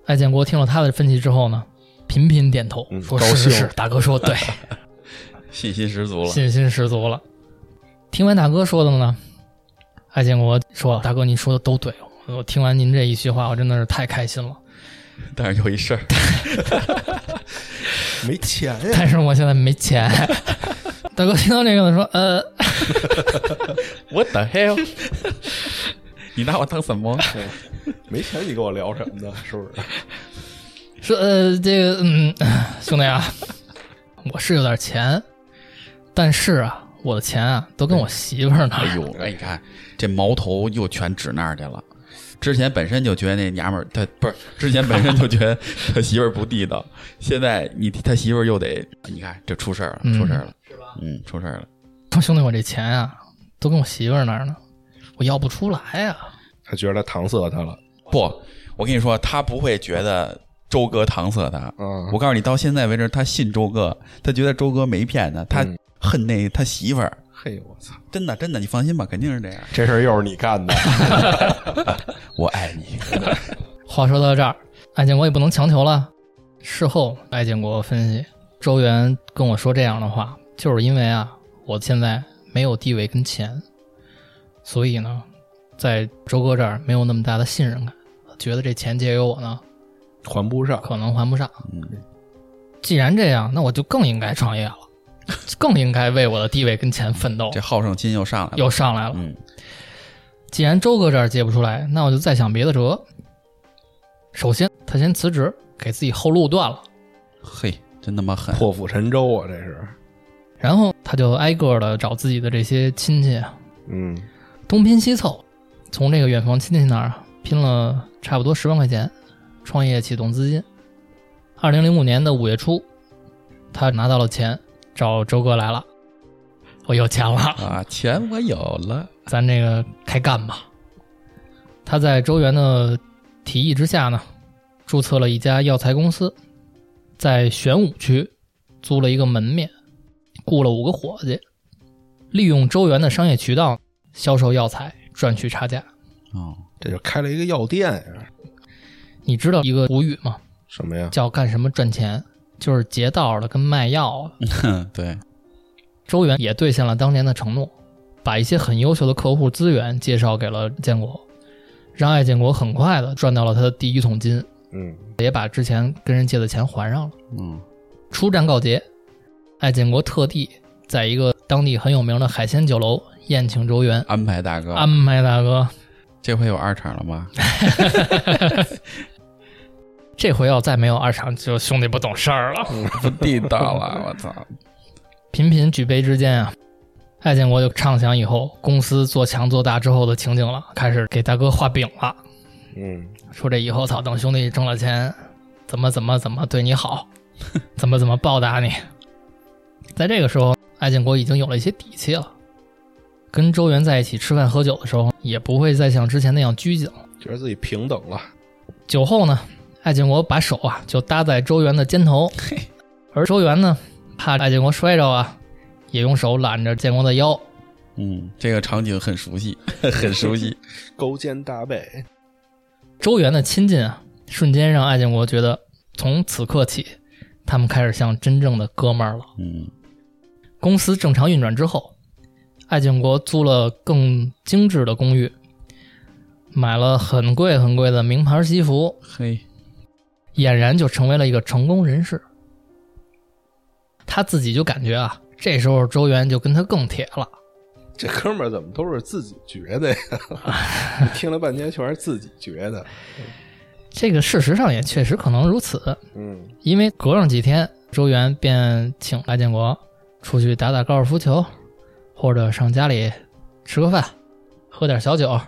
Speaker 1: 艾建国听了他的分析之后呢，频频点头，
Speaker 3: 嗯
Speaker 1: 说
Speaker 3: 高
Speaker 1: 是是
Speaker 3: 兴
Speaker 1: 是，大哥 说对，
Speaker 2: 信心十足了。
Speaker 1: 信心十足了。听完大哥说的呢，艾建国说：“大哥，您说的都对，哦我听完您这一席话，我真的是太开心了。
Speaker 2: 但是有一事儿，
Speaker 3: 没钱 呀，
Speaker 1: 但是我现在没钱。” 大哥听到这个呢，说：“呃，
Speaker 2: 我的 hell，你拿我当什么？
Speaker 3: 没钱你跟我聊什么呢？ 是不是？
Speaker 1: 说呃，这个嗯， 兄弟啊，我是有点钱，但是啊，我的钱啊都跟我媳妇儿呢。
Speaker 2: 哎呦，哎，你看这矛头又全指那儿去了。之前本身就觉得那娘们儿，她不是之前本身就觉得他媳妇儿不地道，现在你他媳妇儿又得，你看这出事儿了，
Speaker 1: 嗯
Speaker 2: 出事儿了，是吧？嗯，出事儿了。
Speaker 1: 说兄弟，我这钱啊都跟我媳妇儿那儿呢，我要不出来啊。
Speaker 3: 他觉得搪塞他了，
Speaker 2: 不，我跟你说，他不会觉得周哥搪塞他。
Speaker 3: 嗯
Speaker 2: 我告诉你，到现在为止，他信周哥，他觉得周哥没骗他，他
Speaker 3: 嗯
Speaker 2: 恨那他媳妇儿。
Speaker 3: 嘿，我操，
Speaker 2: 真的，真的，你放心吧，肯定是这样。
Speaker 3: 这事儿又是你干的，
Speaker 2: 我爱你。
Speaker 1: 话说到这儿，艾建国也不能强求了。事后，艾建国分析，周元跟我说这样的话，就是因为啊，我现在没有地位跟钱，所以呢，在周哥这儿没有那么大的信任感，觉得这钱借给我呢，
Speaker 3: 还不上，
Speaker 1: 可能还不上。
Speaker 2: 嗯，
Speaker 1: 既然这样，那我就更应该创业了，更应该为我的地位跟钱奋斗
Speaker 2: 这。好胜心又上来了。
Speaker 1: 又上来了。
Speaker 2: 嗯，
Speaker 1: 既然周哥这儿接不出来，那我就再想别的辙。首先，他先辞职，给自己后路断了。
Speaker 2: 嘿，真他妈狠。
Speaker 3: 破釜沉舟啊，这是，
Speaker 1: 然后他就挨个的找自己的这些亲戚，啊，
Speaker 3: 嗯，
Speaker 1: 东拼西凑，从这个远房亲戚那儿啊拼了差不多十万块钱，创业启动资金。二零零五年的五月初，他拿到了钱，找周哥来了，我有钱了。
Speaker 2: 啊，钱我有了，
Speaker 1: 咱这个开干吧。他在周元的提议之下呢，注册了一家药材公司，在玄武区租了一个门面，雇了五个伙计，利用周元的商业渠道销售药材，赚取差价。
Speaker 2: 哦，
Speaker 3: 这就开了一个药店呀，
Speaker 1: 你知道一个古语吗？
Speaker 3: 什么呀？
Speaker 1: 叫干什么赚钱，就是劫道的跟卖药的。
Speaker 2: 哼，对，
Speaker 1: 周元也兑现了当年的承诺，把一些很优秀的客户资源介绍给了建国，让艾建国很快的赚到了他的第一桶金。
Speaker 3: 嗯，
Speaker 1: 也把之前跟人借的钱还上了。
Speaker 2: 嗯，
Speaker 1: 出战告捷，艾建国特地在一个当地很有名的海鲜酒楼宴请周元，
Speaker 2: 安排大哥，
Speaker 1: 安排大哥
Speaker 2: 这回有二场了吗？
Speaker 1: 这回要再没有二厂，就兄弟不懂事儿了。
Speaker 2: 不地道了，我操！
Speaker 1: 频频举杯之间啊，艾建国就畅想以后公司做强做大之后的情景了，开始给大哥画饼了，
Speaker 3: 嗯，
Speaker 1: 说这以后操，等兄弟挣了钱，怎么怎么怎么对你好，怎么怎么报答你。在这个时候，艾建国已经有了一些底气了。跟周元在一起吃饭喝酒的时候，也不会再像之前那样拘谨了。
Speaker 3: 觉得自己平等了，
Speaker 1: 酒后呢，艾建国把手啊就搭在周元的肩头， 而周元呢怕艾建国摔着啊，也用手揽着建国的腰。
Speaker 2: 嗯，这个场景很熟 悉，很熟悉。
Speaker 3: 勾肩搭背，
Speaker 1: 周元的亲近啊，瞬间让艾建国觉得从此刻起，他们开始像真正的哥们儿了。
Speaker 2: 嗯，
Speaker 1: 公司正常运转之后，艾建国租了更精致的公寓，买了很贵很贵的名牌西服，
Speaker 2: 嘿，
Speaker 1: 俨然就成为了一个成功人士。他自己就感觉啊，这时候周元就跟他更铁了。
Speaker 3: 这哥们儿怎么都是自己觉得呀？你 听了半天全是自己觉得，
Speaker 1: 这个事实上也确实可能如此，
Speaker 3: 嗯，
Speaker 1: 因为隔上几天，周元便请赖建国出去打打高尔夫球，或者上家里吃个饭，喝点小酒，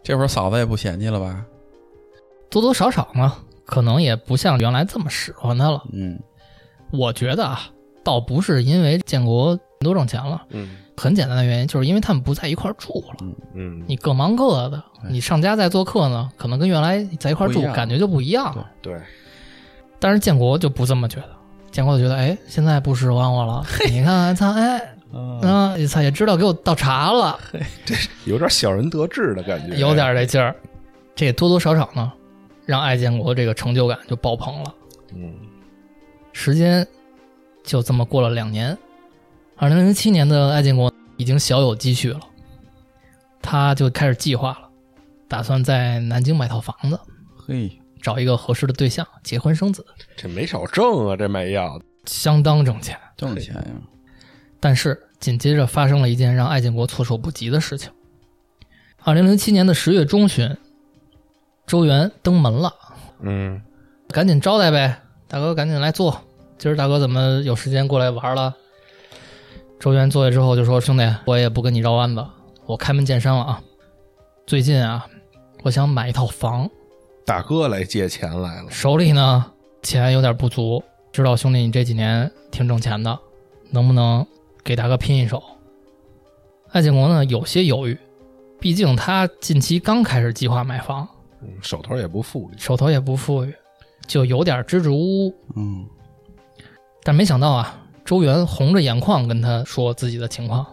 Speaker 2: 这会儿嫂子也不嫌弃了吧？
Speaker 1: 多多少少呢，可能也不像原来这么使唤他了。
Speaker 2: 嗯，
Speaker 1: 我觉得啊，倒不是因为建国多挣钱了，
Speaker 3: 嗯
Speaker 1: 很简单的原因就是因为他们不在一块儿住了。
Speaker 3: 嗯，
Speaker 1: 你各忙各的，
Speaker 2: 对
Speaker 1: 你上家在做客呢，可能跟原来在一块儿住
Speaker 2: 不一样
Speaker 1: 感觉就不一样
Speaker 2: 对
Speaker 1: 了。
Speaker 3: 对，
Speaker 1: 但是建国就不这么觉得，建国就觉得，哎，现在不使唤我了，你看看，操， 哎，
Speaker 2: 啊，
Speaker 1: 啊，操，也知道给我倒茶了，
Speaker 3: 有点小人得志的感觉，
Speaker 1: 有点这劲儿，这多多少少呢，让艾建国这个成就感就爆棚了。
Speaker 3: 嗯，
Speaker 1: 时间就这么过了两年，二零零七年的艾建国已经小有积蓄了，他就开始计划了，打算在南京买套房子。
Speaker 2: 嘿，
Speaker 1: 找一个合适的对象结婚生子，
Speaker 3: 这没少挣啊，这卖药，
Speaker 1: 相当挣钱。
Speaker 2: 挣钱呀！
Speaker 1: 但是紧接着发生了一件让艾建国措手不及的事情。二零零七年的十月中旬，周元登门了，
Speaker 3: 嗯
Speaker 1: 赶紧招待呗，大哥赶紧来坐。今儿大哥怎么有时间过来玩了？周元坐下之后就说：“兄弟，我也不跟你绕弯子，我开门见山了啊。最近啊，我想买一套房，
Speaker 3: 大哥来借钱来了，
Speaker 1: 手里呢钱有点不足，知道兄弟你这几年挺挣钱的，能不能给大哥拼一手？艾建国呢有些犹豫，毕竟他近期刚开始计划买房，
Speaker 3: 嗯手头也不富裕，
Speaker 1: 手头也不富裕，就有点支支吾吾。
Speaker 2: 嗯，
Speaker 1: 但没想到啊，周元红着眼眶跟他说自己的情况，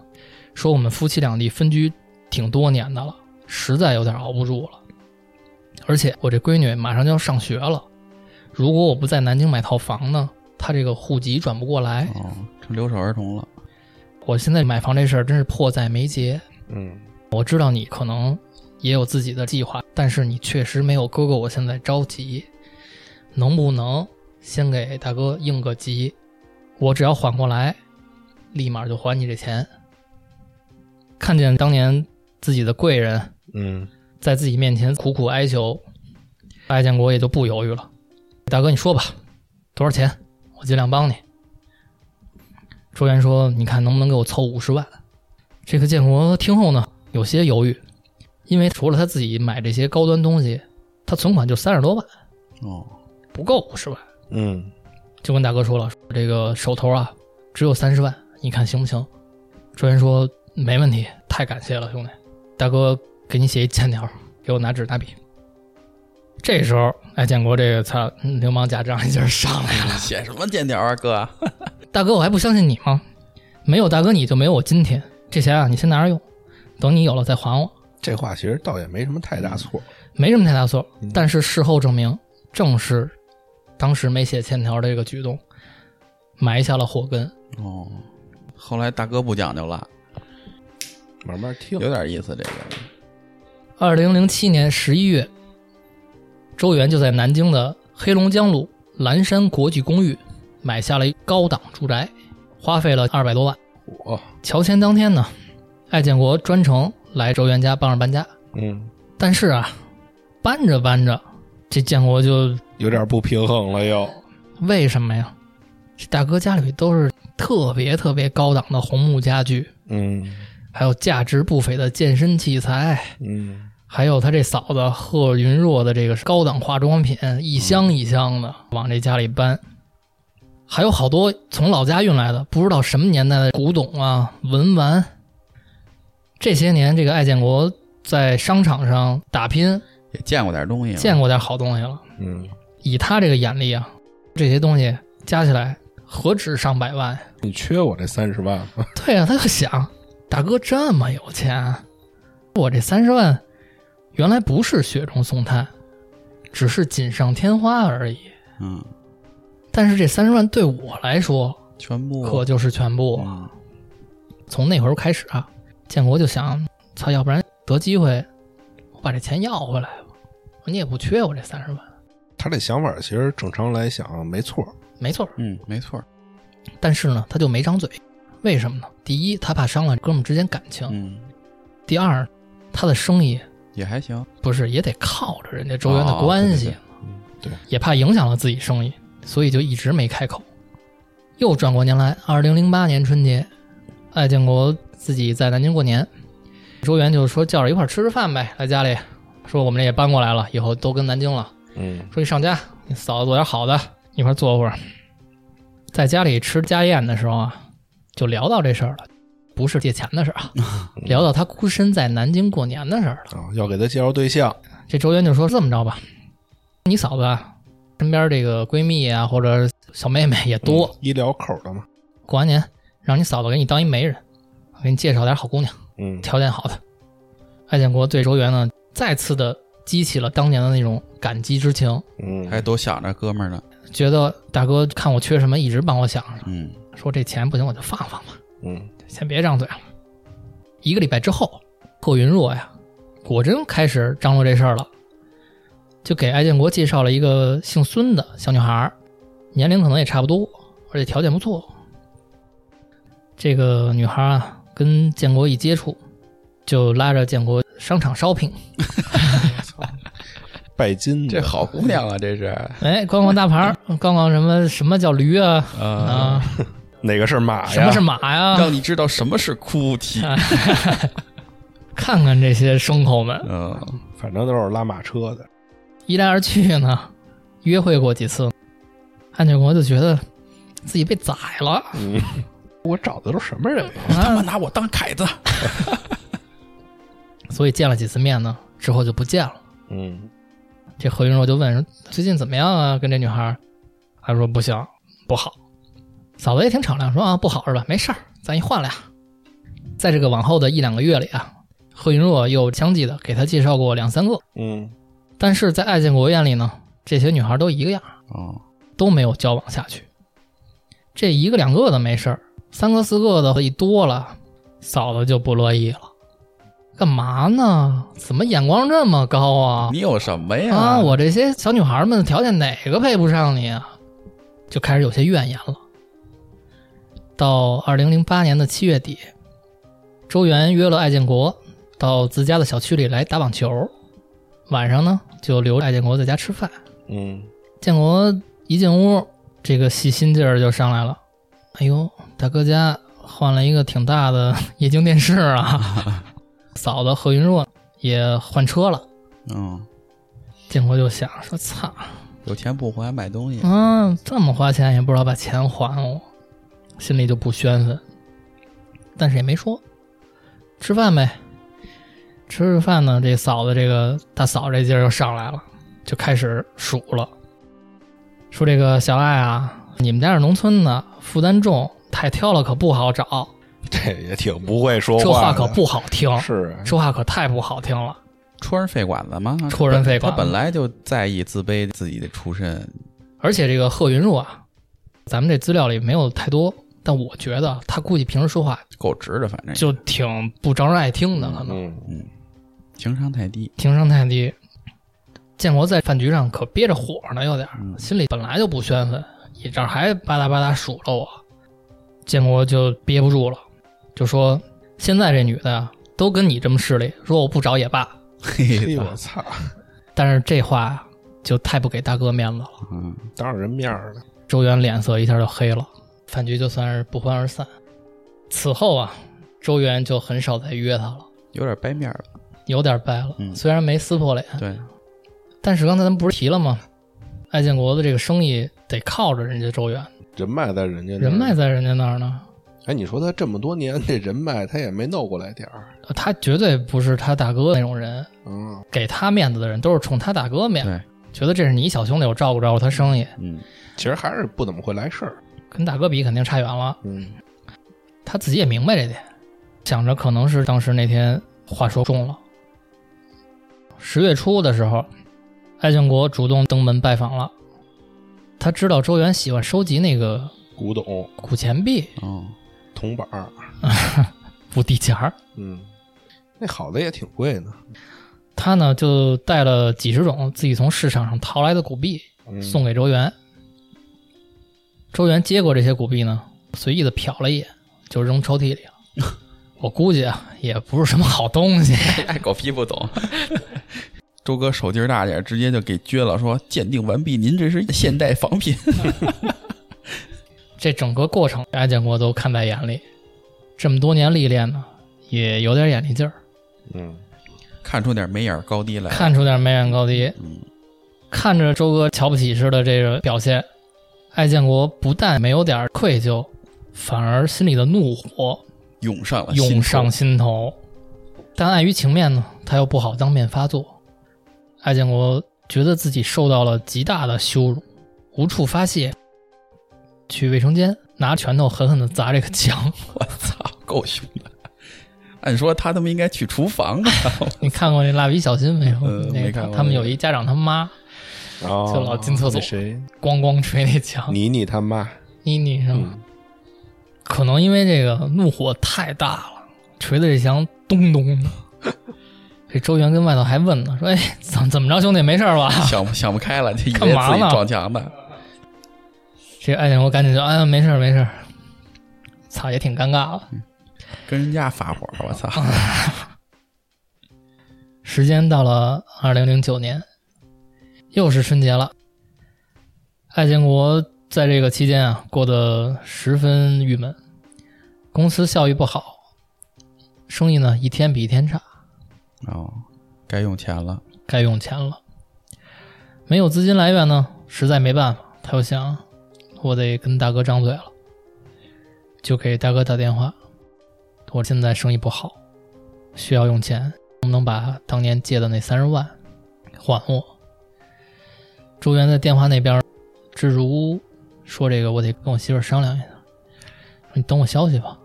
Speaker 1: 说我们夫妻两地分居挺多年的了，实在有点熬不住了。而且我这闺女马上就要上学了，如果我不在南京买套房呢，她这个户籍转不过来。
Speaker 2: 哦，成留守儿童了。
Speaker 1: 我现在买房这事儿真是迫在眉睫。
Speaker 3: 嗯，
Speaker 1: 我知道你可能也有自己的计划，但是你确实没有哥哥我现在着急，能不能先给大哥应个急？我只要缓过来，立马就还你这钱。看见当年自己的贵人
Speaker 3: 嗯，
Speaker 1: 在自己面前苦苦哀求，艾建国也就不犹豫了。大哥，你说吧，多少钱？我尽量帮你。周元说：“你看能不能给我凑五十万？”这个建国听后呢，有些犹豫，因为除了他自己买这些高端东西，他存款就三十多万，
Speaker 2: 哦，
Speaker 1: 不够五十万。
Speaker 3: 嗯，
Speaker 1: 就跟大哥说了，说这个手头啊只有三十万，你看行不行？周元说啊没问题，太感谢了，兄弟。大哥给你写一欠条，给我拿纸拿笔。这时候，哎，建国这个操流氓假账一劲儿上来了。
Speaker 2: 写什么剑条啊，哥？
Speaker 1: 大哥，我还不相信你吗？没有大哥你就没有我今天。这钱啊，你先拿着用，等你有了再还我。
Speaker 3: 这话其实倒也没什么太大错，
Speaker 1: 没什么太大错，但是事后证明，正是当时没写欠条的这个举动埋下了祸根。
Speaker 2: 哦，后来大哥不讲究了，
Speaker 3: 慢慢听，
Speaker 2: 有点意思这个。
Speaker 1: 二零零七年十一月，周元就在南京的黑龙江路蓝山国际公寓买下了一高档住宅，花费了二百多万。
Speaker 3: 我，
Speaker 1: 乔迁当天呢，艾建国专程来周元家帮着搬家，
Speaker 3: 嗯，
Speaker 1: 但是啊，搬着搬着，这建国就
Speaker 3: 有点不平衡了又。
Speaker 1: 为什么呀？这大哥家里都是特别特别高档的红木家具，
Speaker 3: 嗯
Speaker 1: 还有价值不菲的健身器材，
Speaker 3: 嗯，
Speaker 1: 还有他这嫂子贺云若的这个高档化妆品，一箱一箱的往这家里搬，还有好多从老家运来的，不知道什么年代的古董啊、文玩。这些年，这个艾建国在商场上打拼，
Speaker 2: 也见过点东西，
Speaker 1: 见过点好东西了。
Speaker 3: 嗯，
Speaker 1: 以他这个眼力啊，这些东西加起来何止上百万呀？
Speaker 3: 你缺我这三十万吗？
Speaker 1: 对啊，他就想，大哥这么有钱，我这三十万原来不是雪中送炭，只是锦上添花而已。
Speaker 2: 嗯，
Speaker 1: 但是这三十万对我来说
Speaker 2: 全部啊
Speaker 1: 可就是全部了。
Speaker 2: 嗯
Speaker 1: 从那会儿开始啊，建国就想，操，要不然得机会，我把这钱要回来吧，你也不缺我这三十万。
Speaker 3: 他这想法其实正常来想没错，
Speaker 1: 没错，
Speaker 2: 嗯，没错儿，
Speaker 1: 但是呢，他就没张嘴，为什么呢？第一，他怕伤了哥们之间感情；
Speaker 2: 嗯，
Speaker 1: 第二，他的生意
Speaker 2: 也还行，
Speaker 1: 不是也得靠着人家周元的
Speaker 2: 哦
Speaker 1: 关系，
Speaker 2: 对对
Speaker 3: 对
Speaker 1: 也怕影响了自己生意，所以就一直没开口。又转过年来，二零零八年春节，艾建国自己在南京过年，周元就说叫着一块儿吃吃饭呗，来家里，说我们这也搬过来了，以后都跟南京了，
Speaker 3: 嗯
Speaker 1: 说你上家，你嫂子做点好的，一块儿坐会儿。在家里吃家宴的时候啊，就聊到这事儿了，不是借钱的事 儿啊，聊到他孤身在南京过年的事儿了。
Speaker 3: 啊，要给他介绍对象，
Speaker 1: 这周元就说这么着吧，你嫂子啊，身边这个闺蜜啊或者小妹妹也多，
Speaker 3: 嗯医疗口的嘛，
Speaker 1: 过完年让你嫂子给你当一媒人，给你介绍点好姑娘，
Speaker 3: 嗯
Speaker 1: 条件好的。艾建国对周元呢再次的激起了当年的那种感激之情，
Speaker 3: 嗯，
Speaker 2: 还都想着哥们儿呢，
Speaker 1: 觉得大哥看我缺什么，一直帮我想着，
Speaker 2: 嗯，
Speaker 1: 说这钱不行我就放放吧，
Speaker 3: 嗯
Speaker 1: 先别张嘴了。一个礼拜之后，贺云若呀，果真开始张罗这事儿了，就给艾建国介绍了一个姓孙的小女孩儿，年龄可能也差不多，而且条件不错。这个女孩儿啊，跟建国一接触，就拉着建国商场 shopping，
Speaker 3: 拜金的
Speaker 2: 这好姑娘啊，这是
Speaker 1: 哎，逛逛大牌儿，逛逛什么什么叫驴啊
Speaker 2: 啊，
Speaker 1: 啊，
Speaker 3: 哪个是呃马呀？
Speaker 1: 什么是马呀、
Speaker 2: 让你知道什么是哭泣，
Speaker 1: 看看这些牲口们，
Speaker 2: 嗯，
Speaker 3: 反正都是拉马车的，
Speaker 1: 一来二去呢， 约会过几次，安建国就觉得自己被宰了
Speaker 3: 嗯， 我找的都是什么人呀？
Speaker 2: 他们
Speaker 1: 啊，
Speaker 2: 拿我当凯子，
Speaker 1: 所以见了几次面呢，之后就不见了。
Speaker 3: 嗯
Speaker 1: 这何云若就问说：“最近怎么样啊？跟这女孩儿？”他说：“不行，不好。”嫂子也挺敞亮，说：“啊，不好是吧？没事儿，咱一换俩。”在这个往后的一两个月里啊，何云若又相继的给他介绍过两三个，
Speaker 3: 嗯
Speaker 1: 但是在艾建国眼里呢，这些女孩都一个样，
Speaker 2: 哦，
Speaker 1: 都没有交往下去。这一个两个的没事儿，三个四个的一多了，嫂子就不乐意了。干嘛呢？怎么眼光这么高啊？
Speaker 2: 你有什么呀？
Speaker 1: 啊，我这些小女孩们的条件哪个配不上你啊？就开始有些怨言了。到二零零八年的七月底，周元约了艾建国到自家的小区里来打网球，晚上呢就留着艾建国在家吃饭。
Speaker 3: 嗯
Speaker 1: 建国一进屋，这个细心劲儿就上来了。哎呦，大哥家换了一个挺大的液晶电视啊！嫂子何云若也换车了。
Speaker 2: 嗯，
Speaker 1: 建国就想说：“操，
Speaker 2: 有钱不还买东西，
Speaker 1: 嗯，这么花钱也不知道把钱还我，心里就不宣愤，但是也没说。吃饭呗，吃着饭呢，这嫂子这个大嫂这劲儿又上来了，就开始数了，说这个小艾啊，你们家是农村的，负担重，太挑了可不好找，
Speaker 3: 这也挺不会说
Speaker 1: 这话
Speaker 3: 话的，
Speaker 1: 可不好听，
Speaker 3: 是 啊，
Speaker 1: 这话可太不好听了。
Speaker 2: 戳人肺管子吗？
Speaker 1: 戳人肺管子
Speaker 2: 他本来就在意自卑自己的出身，
Speaker 1: 而且这个贺云若啊，咱们这资料里没有太多，但我觉得他估计平时说话
Speaker 2: 够直的，反正
Speaker 1: 就挺不招人爱听的，可能
Speaker 3: 嗯
Speaker 2: 情商太 低，
Speaker 1: 情商太低。建国在饭局上可憋着火呢，有点儿
Speaker 2: 嗯
Speaker 1: 心里本来就不宣愤，你这儿还吧嗒吧嗒数落我，建国就憋不住了，就说现在这女的呀都
Speaker 2: 哎
Speaker 3: 哎
Speaker 1: 跟你这么势利，说我不找也罢。
Speaker 2: 嘿
Speaker 3: 嘿，
Speaker 2: 操
Speaker 3: 我操，
Speaker 1: 但是这话就太不给大哥面子了。
Speaker 2: 嗯，
Speaker 3: 当着人面儿了。
Speaker 1: 周元脸色一下就黑了，饭局就算是不欢而散。此后啊，周元就很少再约他了，
Speaker 2: 有点掰面儿了。
Speaker 1: 有点掰了。
Speaker 2: 嗯
Speaker 1: 虽然没撕破脸，
Speaker 2: 对，
Speaker 1: 但是刚才咱们不是提了吗？艾建国的这个生意得靠着人家周元，
Speaker 3: 人脉在人家那儿
Speaker 1: 人脉，在人家那儿呢。
Speaker 3: 哎，你说他这么多年这人脉，他也没闹过来点儿，
Speaker 1: 他绝对不是他大哥那种人，
Speaker 3: 嗯，
Speaker 1: 给他面子的人都是冲他大哥面子
Speaker 2: 对，
Speaker 1: 觉得这是你小兄弟，我照顾照顾他生意，
Speaker 2: 嗯，
Speaker 3: 其实还是不怎么会来事儿，
Speaker 1: 跟大哥比肯定差远了。
Speaker 3: 嗯，
Speaker 1: 他自己也明白这点，想着可能是当时那天话说重了。十月初的时候，艾建国主动登门拜访了。他知道周元喜欢收集那个
Speaker 3: 古董、
Speaker 1: 古钱币、
Speaker 2: 哦，
Speaker 3: 铜板儿，
Speaker 1: 古地钱儿，
Speaker 3: 嗯，那好的也挺贵呢，
Speaker 1: 他呢就带了几十种自己从市场上淘来的古币
Speaker 3: 嗯
Speaker 1: 送给周元。周元接过这些古币呢，随意的瞟了一眼，就扔抽屉里了。我估计啊，也不是什么好东西。
Speaker 2: 哎，狗屁不懂。 周哥手劲儿大点儿，直接就给撅了，说鉴定完毕，您这是现代仿品。
Speaker 1: 这整个过程，艾建国都看在眼里。这么多年历练呢，也有点眼力劲儿，
Speaker 3: 嗯，
Speaker 2: 看出点眉眼儿高低来。
Speaker 1: 看出点眉眼高低。
Speaker 2: 嗯
Speaker 1: 看着周哥瞧不起似的这个表现，艾建国不但没有点愧疚，反而心里的怒火
Speaker 2: 涌上了，
Speaker 1: 涌上。心头。但碍于情面呢，他又不好当面发作。艾建国觉得自己受到了极大的羞辱，无处发泄，去卫生间拿拳头狠狠地砸这个墙。
Speaker 2: 我操，够凶的！按说他他妈应该去厨房啊，
Speaker 1: 你看过那《蜡笔小新》没有？
Speaker 2: 嗯
Speaker 1: 那
Speaker 2: 没
Speaker 1: 个
Speaker 2: 看过
Speaker 1: 他们
Speaker 2: 那
Speaker 1: 有
Speaker 2: 个
Speaker 1: 一家长他妈
Speaker 3: 然后
Speaker 1: 就老进厕所啊
Speaker 3: 那谁，
Speaker 1: 咣咣捶那墙，
Speaker 3: 妮妮他妈，
Speaker 1: 妮妮上，
Speaker 3: 嗯
Speaker 1: 可能因为这个怒火太大了，捶的这墙咚咚 的。这周元跟外头还问呢，说：“哎，怎怎么着，兄弟，没事儿吧
Speaker 2: 想不想不开了，就以
Speaker 1: 哎干
Speaker 2: 为
Speaker 1: 嘛
Speaker 2: 自己
Speaker 1: 呢
Speaker 2: 撞墙的。？”
Speaker 1: 这艾建国赶紧就：“哎呀，没事儿，没事儿。”操，也挺尴尬的。
Speaker 2: 跟人家发火，我操！
Speaker 1: 时间到了二零零九年，又是春节了。艾建国在这个期间啊，过得十分郁闷，公司效益不好，生意呢一天比一天差，
Speaker 2: 哦，该用钱了。
Speaker 1: 该用钱了。没有资金来源呢，实在没办法，他又想，我得跟大哥张嘴了，就给大哥打电话，我现在生意不好，需要用钱，能不能把当年借的那三十万还我？周元在电话那边支支吾吾说：“这个我得跟我媳妇儿商量一下，说你等我消息吧。”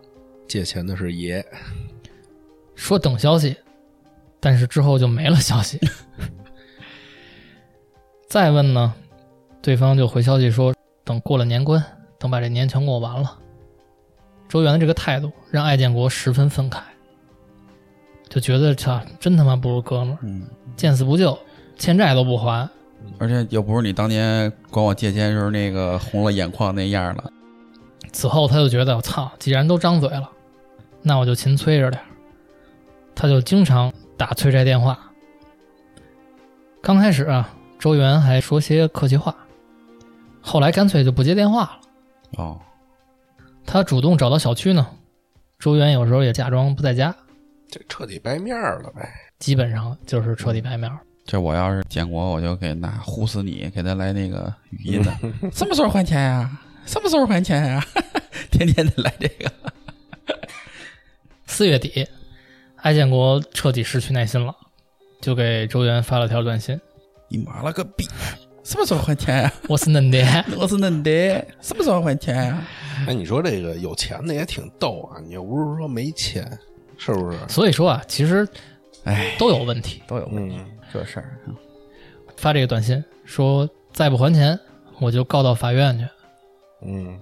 Speaker 3: 借钱的是爷，
Speaker 1: 说等消息，但是之后就没了消息。 再问呢，对方就回消息说等过了年关，等把这年全过完了。周元的这个态度让艾建国十分愤慨，就觉得操，真他妈不如哥们儿，
Speaker 2: 嗯，
Speaker 1: 见死不救，欠债都不还，
Speaker 2: 而且又不是你当年管我借钱时候那个红了眼眶那样了。
Speaker 1: 此后，他就觉得我操，既然都张嘴了，那我就勤催着点儿。他就经常打催债电话。刚开始啊，周元还说些客气话，后来干脆就不接电话了。
Speaker 2: 哦，
Speaker 1: 他主动找到小区呢，周元有时候也假装不在家，
Speaker 3: 这彻底掰面儿了呗，
Speaker 1: 基本上就是彻底白面儿。
Speaker 2: 这我要是建国，我就给拿呼死你，给他来那个语音的， 什么时候还钱呀、什么时候还钱呀、 天天的来这个。
Speaker 1: 四月底，艾建国彻底失去耐心了，就给周元发了条短信
Speaker 2: 你妈了个逼！什么时候还钱呀、：“
Speaker 1: 我是嫩爹，
Speaker 2: 我是嫩的，什么时候还钱呀、
Speaker 3: 哎，你说这个有钱的也挺逗啊，你又不是说没钱，是不是？
Speaker 1: 所以说啊，其实
Speaker 2: 哎，
Speaker 1: 都有问题。
Speaker 2: 都有问题，
Speaker 3: 嗯
Speaker 2: 这事儿啊
Speaker 1: 发这个短信说再不还钱，我就告到法院去。
Speaker 3: 嗯，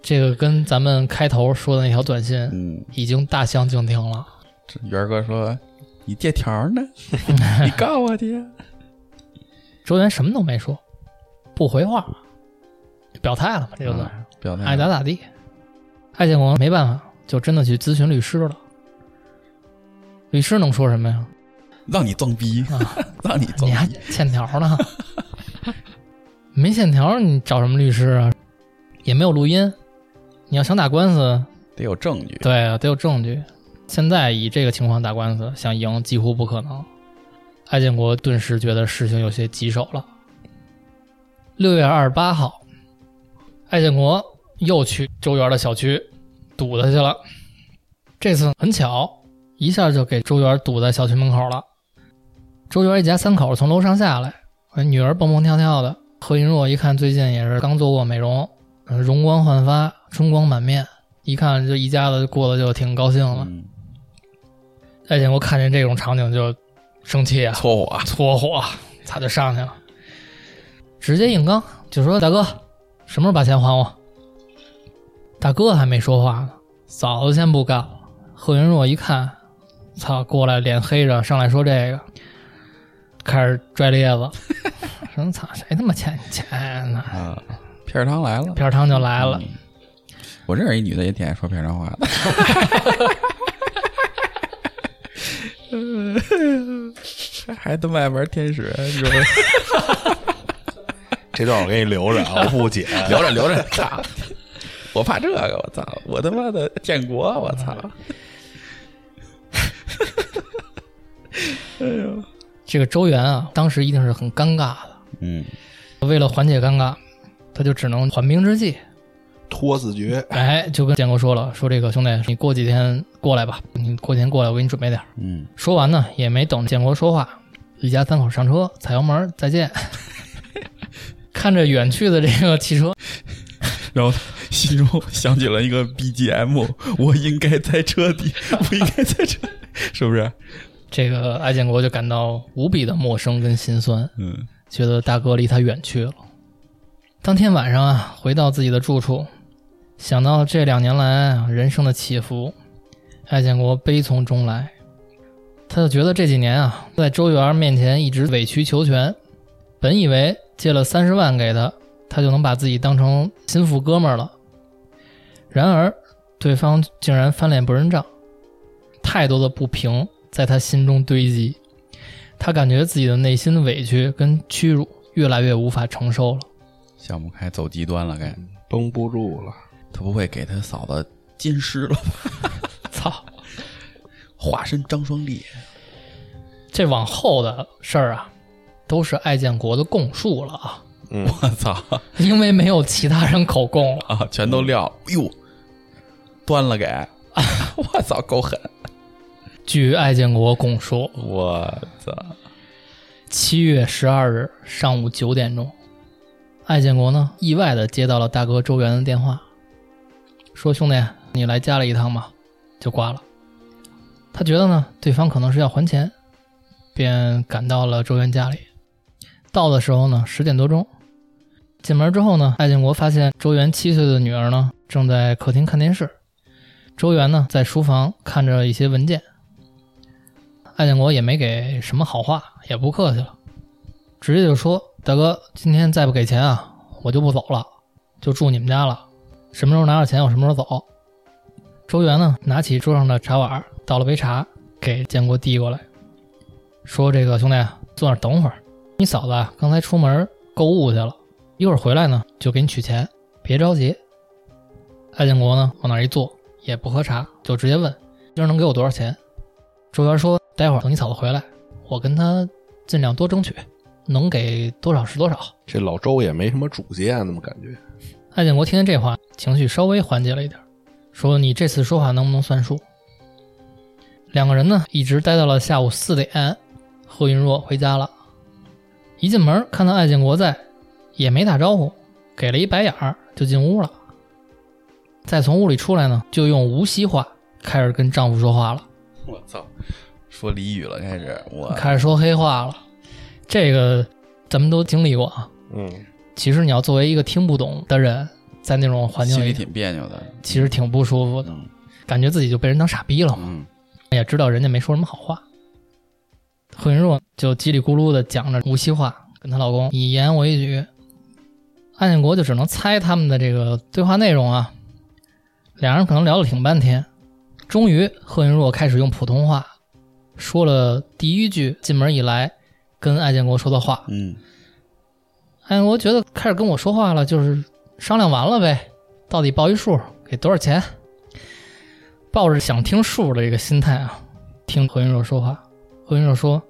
Speaker 1: 这个跟咱们开头说的那条短信
Speaker 2: 嗯，
Speaker 1: 已经大相径庭了。
Speaker 2: 这元儿哥说你借条 呢，你告我去呀。
Speaker 1: 周元什么都没说，不回话，表态了嘛，这就算
Speaker 2: 啊表态
Speaker 1: 爱咋咋地。艾建国没办法，就真的去咨询律师了。律师能说什么呀？
Speaker 2: 让你装逼，
Speaker 1: 啊，
Speaker 2: 让你
Speaker 1: 你还
Speaker 2: 装逼，
Speaker 1: 欠条呢。没线条，你找什么律师啊？也没有录音，你要想打官司，
Speaker 2: 得有证据。
Speaker 1: 对啊，得有证据。现在以这个情况打官司，想赢几乎不可能。艾建国顿时觉得事情有些棘手了。六月二十八号，艾建国又去周元的小区堵他去了。这次很巧，一下就给周元堵在小区门口了。周元一家三口从楼上下来，哎女儿蹦蹦跳跳的。何云若一看最近也是刚做过美容，呃容光焕发，春光满面，一看这一家子过得就挺高兴了。
Speaker 2: 嗯，
Speaker 1: 艾建国看见这种场景就生气啊，
Speaker 2: 搓火，
Speaker 1: 搓火，他就上去了，直接硬刚，就说：“大哥，什么时候把钱还我？”大哥还没说话呢，嫂子先不干了。贺云若一看，操，过来脸黑着上来说这个，开始拽咧子，什么操，谁他妈欠你钱呢？
Speaker 2: 啊，片儿汤来了，
Speaker 1: 片儿汤就来了，
Speaker 2: 嗯我认识一女的也挺爱说片儿汤话的， 还他妈爱玩天使，啊你 说
Speaker 3: 这段我给你留着啊，我不 剪。
Speaker 2: 留着留着，操！我怕这个，我操！我他妈的建国，我操！
Speaker 1: 这个周元啊，当时一定是很尴尬
Speaker 2: 嗯，
Speaker 1: 的。为了缓解尴尬，他就只能缓兵之计，
Speaker 3: 拖字诀，
Speaker 1: 哎，就跟建国说了，说这个兄弟，你过几天过来吧，你过几天过来，我给你准备点儿。
Speaker 2: 嗯，
Speaker 1: 说完呢，也没等建国说话，一家三口上车，踩油门，再见。 看着远去的这个汽车，
Speaker 2: 然后心中想起了一个 BGM，我应该在车 底，我应该在车，是不是？
Speaker 1: 这个艾建国就感到无比的陌生跟心酸，
Speaker 2: 嗯
Speaker 1: 觉得大哥离他远去了。当天晚上啊，回到自己的住处，想到这两年来啊人生的起伏，艾建国悲从中来。他就觉得这几年啊，在周元面前一直委曲求全，本以为借了三十万给他，他就能把自己当成心腹哥们儿了。然而，对方竟然翻脸不认账，太多的不平在他心中堆积，他感觉自己的内心的委屈跟屈辱越来越无法承受了。
Speaker 2: 想不开，走极端了，该
Speaker 3: 绷不住了。
Speaker 2: 他不会给他嫂子金尸了吧，
Speaker 1: 操，
Speaker 2: 化身张双立，
Speaker 1: 这往后的事儿啊，都是艾建国的供述了啊，
Speaker 3: 嗯，
Speaker 2: 我操！
Speaker 1: 因为没有其他人口供了。
Speaker 2: 啊，全都撂，哎呦，端了给， 我操，够狠，
Speaker 1: 据艾建国供述，
Speaker 2: 我操，
Speaker 1: 七月十二日上午九点钟，艾建国呢意外的接到了大哥周元的电话，说：“兄弟，你来家里一趟吧。”就挂了。他觉得呢，对方可能是要还钱，便赶到了周元家里。到的时候呢，十点多钟。进门之后呢，艾建国发现周元七岁的女儿呢正在客厅看电视，周元呢在书房看着一些文件。艾建国也没给什么好话，也不客气了，直接就说：“大哥，今天再不给钱啊，我就不走了，就住你们家了。什么时候拿到钱，我什么时候走。”周元呢，拿起桌上的茶碗，倒了杯茶给建国递过来，说：“这个兄弟，啊坐那儿等会儿，你嫂子啊刚才出门购物去了，一会儿回来呢就给你取钱，别着急。”艾建国呢，往那儿一坐，也不喝茶，就直接问：“今儿能给我多少钱？”周元说：“待会儿等你嫂子回来，我跟她尽量多争取，能给多少是多少。
Speaker 3: 这老周也没什么主见，那么感觉。”
Speaker 1: 艾建国听见这话，情绪稍微缓解了一点，说：“你这次说话能不能算数？”两个人呢，一直待到了下午四点，贺云若回家了。一进门看到艾建国在，也没打招呼，给了一白眼儿就进屋了。再从屋里出来呢，就用无锡话开始跟丈夫说话了。
Speaker 2: 我操，说俚语了，开始，我
Speaker 1: 开始说黑话了。这个咱们都经历过啊。
Speaker 3: 嗯，
Speaker 1: 其实你要作为一个听不懂的人，在那种环境
Speaker 2: 心里
Speaker 1: 里，
Speaker 2: 挺别扭的，
Speaker 1: 其实挺不舒服的，
Speaker 2: 嗯
Speaker 1: 感觉自己就被人当傻逼了嘛。
Speaker 2: 嗯，
Speaker 1: 也哎知道人家没说什么好话。贺云若就叽里咕噜的讲着无锡话，跟她老公以言为语。艾建国就只能猜他们的这个对话内容啊。俩人可能聊了挺半天，终于贺云若开始用普通话说了第一句进门以来跟艾建国说的话。
Speaker 2: 嗯
Speaker 1: 哎，我觉得开始跟我说话了，就是商量完了呗，到底报一数，给多少钱？抱着想听数的这个心态啊，听何云若说话。何云若说：“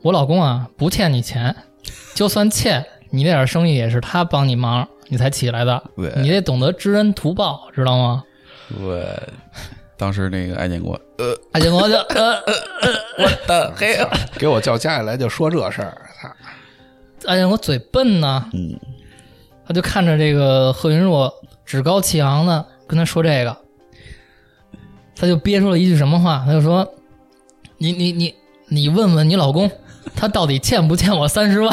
Speaker 1: 我老公啊，不欠你钱，就算欠你那点生意，也是他帮你忙，你才起来的。
Speaker 2: 对
Speaker 1: 你得懂得知恩图报，知道吗
Speaker 2: 我当时那个艾建国，？”
Speaker 1: 艾建国就呃，
Speaker 3: 哎
Speaker 2: 嘿，
Speaker 3: 给我叫家里来就说这事儿，他
Speaker 1: 艾建国哎嘴笨呢，
Speaker 2: 嗯，
Speaker 1: 他就看着这个贺云若趾高气昂的跟他说这个，他就憋出了一句什么话，他就说：“你你你你问问你老公，他到底欠不欠我三十万？”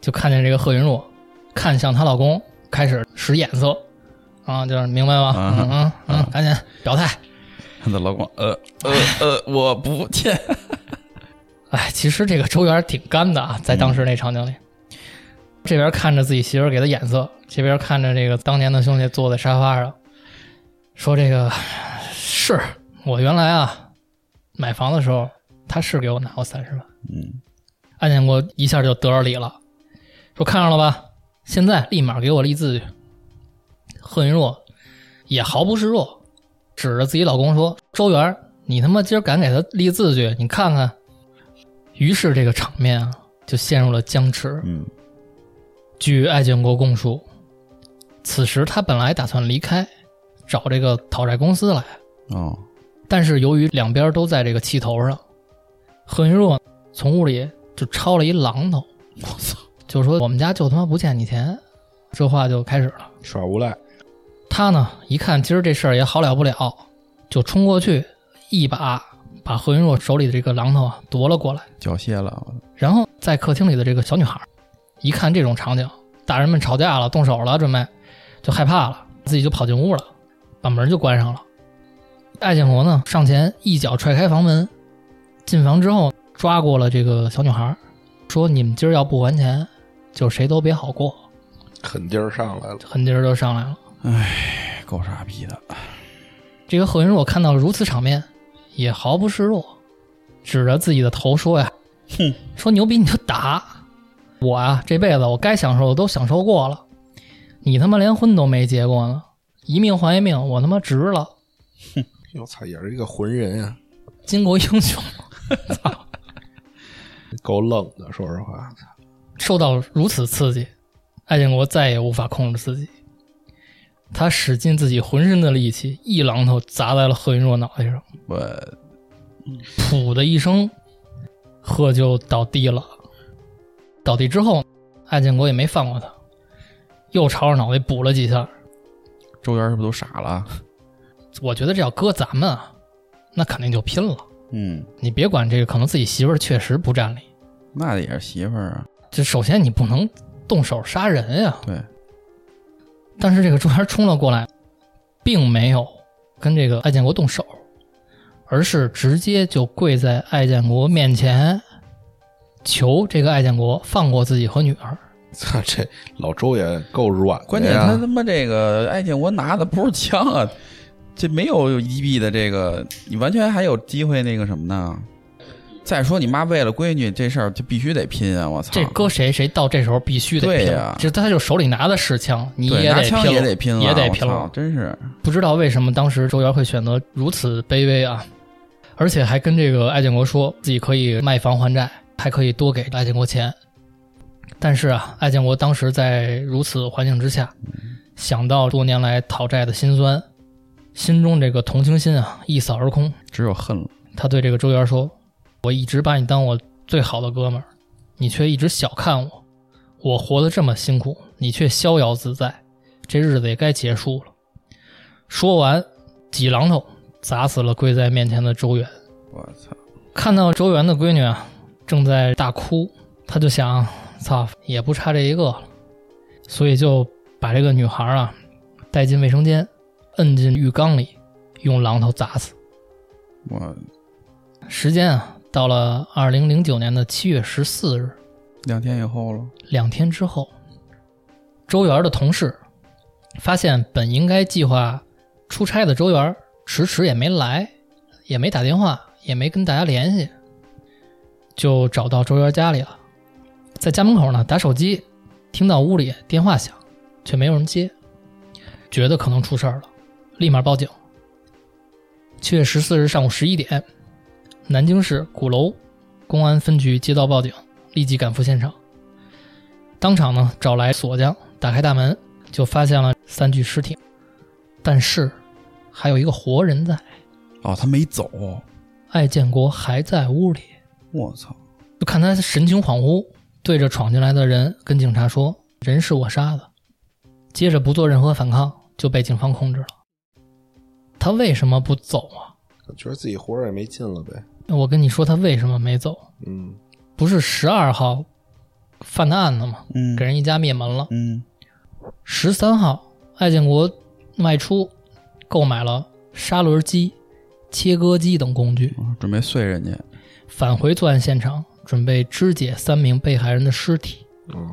Speaker 1: 就看见这个贺云若看向她老公，开始使眼色，啊，就是明白吗？
Speaker 2: 啊
Speaker 1: 嗯嗯嗯，赶紧表态。
Speaker 2: 他的老公，呃呃呃，我不欠，
Speaker 1: 哎，其实这个周元挺干的啊，在当时那场景里，这边看着自己媳妇儿给他眼色，这边看着这个当年的兄弟坐在沙发上，说：“这个是我原来啊买房的时候，他是给我拿过三十万。”
Speaker 2: 嗯，
Speaker 1: 安建国一下就得着理了，说：“看上了吧？现在立马给我立字据。”贺云若也毫不示弱，指着自己老公说：“周元，你他妈今儿敢给他立字据，你看看。”于是这个场面啊，就陷入了僵持。
Speaker 2: 嗯
Speaker 1: 据艾建国供述，此时他本来打算离开，找这个讨债公司来，
Speaker 2: 哦，
Speaker 1: 但是由于两边都在这个气头上，贺云若从屋里就抄了一榔头，
Speaker 2: 我操，
Speaker 1: 就说我们家就他妈不欠你钱，这话就开始了。
Speaker 3: 耍无赖，
Speaker 1: 他呢一看今儿这事儿也好了不了，就冲过去一把把何云若手里的这个榔头啊夺了过来，
Speaker 2: 缴械了，
Speaker 1: 然后在客厅里的这个小女孩儿一看这种场景，大人们吵架了，动手了，准备就害怕了，自己就跑进屋了，把门就关上了。艾建国呢上前一脚踹开房门，进房之后抓过了这个小女孩儿，说：“你们今儿要不还钱，就谁都别好过。”
Speaker 3: 狠劲儿上来了，
Speaker 1: 狠劲儿就上来了。
Speaker 2: 哎够傻逼的，
Speaker 1: 这个贺云若看到如此场面，也毫不示弱，指着自己的头说呀：“
Speaker 2: 哼，
Speaker 1: 说牛逼你就打，我啊这辈子我该享受的都享受过了，你他妈连婚都没结过呢，一命还一命，我他妈值了，
Speaker 3: 哟操，也是一个浑人啊，
Speaker 1: 巾帼英雄。”
Speaker 3: 够愣的，说实话，
Speaker 1: 受到如此刺激，艾建国再也无法控制自己，他使尽自己浑身的力气，一榔头砸在了贺云若脑袋上。
Speaker 2: 我
Speaker 1: 噗的一声，贺就倒地了。倒地之后，艾建国也没放过他，又朝着脑袋补了几下。
Speaker 2: 周元是不是都傻了？
Speaker 1: 我觉得这要搁咱们啊，那肯定就拼了。
Speaker 2: 嗯，
Speaker 1: 你别管这个，可能自己媳妇儿确实不占理。
Speaker 2: 那也是媳妇儿啊，
Speaker 1: 就首先你不能动手杀人呀、啊
Speaker 2: 对，
Speaker 1: 但是这个朱元冲了过来，并没有跟这个艾建国动手，而是直接就跪在艾建国面前，求这个艾建国放过自己和女儿。
Speaker 3: 操，这老周也够软的呀，
Speaker 2: 关键他他妈这个艾建国拿的不是枪啊，这没有一臂的这个，你完全还有机会那个什么呢？再说你妈为了闺女这事儿就必须得拼啊！我操，
Speaker 1: 这搁谁谁到这时候必须得
Speaker 2: 对
Speaker 1: 拼
Speaker 2: 呀
Speaker 1: 就他就手里拿的是枪，你
Speaker 2: 对
Speaker 1: 也
Speaker 2: 拿
Speaker 1: 得
Speaker 2: 枪
Speaker 1: 拼
Speaker 2: 也
Speaker 1: 了
Speaker 2: 得拼了，啊
Speaker 1: 也得
Speaker 2: 我
Speaker 1: 拼
Speaker 2: 操
Speaker 1: 了
Speaker 2: 真是
Speaker 1: 不知道为什么当时周元会选择如此卑微啊，而且还跟这个艾建国说自己可以卖房还债，还可以多给艾建国钱。但是啊，艾建国当时在如此环境之下，想到多年来讨债的辛酸，心中这个同情心啊一扫而空。
Speaker 2: 只有恨了。
Speaker 1: 他对这个周元说：“我一直把你当我最好的哥们儿，你却一直小看我。我活得这么辛苦，你却逍遥自在，这日子也该结束了。”说完，几榔头砸死了跪在面前的周元。
Speaker 2: 我操，
Speaker 1: 看到周元的闺女啊，正在大哭，他就想，操，也不差这一个了，所以就把这个女孩啊带进卫生间，摁进浴缸里，用榔头砸死。
Speaker 2: 我
Speaker 1: 时间啊，到了二零零九年的七月十四日，
Speaker 2: 两天以后了，
Speaker 1: 两天之后，周元的同事发现本应该计划出差的周元迟迟也没来，也没打电话，也没跟大家联系，就找到周元家里了，在家门口呢打手机，听到屋里电话响，却没有人接，觉得可能出事儿了，立马报警。七月十四日上午十一点，南京市鼓楼公安分局接到报警，立即赶赴现场，当场呢找来锁匠，打开大门就发现了三具尸体，但是还有一个活人在，
Speaker 2: 哦，他没走，
Speaker 1: 艾建国还在屋里。
Speaker 2: 我操！
Speaker 1: 就看他神情恍惚，对着闯进来的人跟警察说：“人是我杀的。”接着不做任何反抗，就被警方控制了。他为什么不走啊？
Speaker 3: 觉得自己活着也没劲了呗。
Speaker 1: 我跟你说，他为什么没走？
Speaker 3: 嗯，
Speaker 1: 不是十二号犯的案子吗？
Speaker 2: 嗯
Speaker 1: 给人一家灭门了。
Speaker 2: 嗯，
Speaker 1: 十三号，艾建国外出购买了砂轮机、切割机等工具，
Speaker 2: 哦准备碎人家，
Speaker 1: 返回作案现场，准备肢解三名被害人的尸体。
Speaker 3: 哦，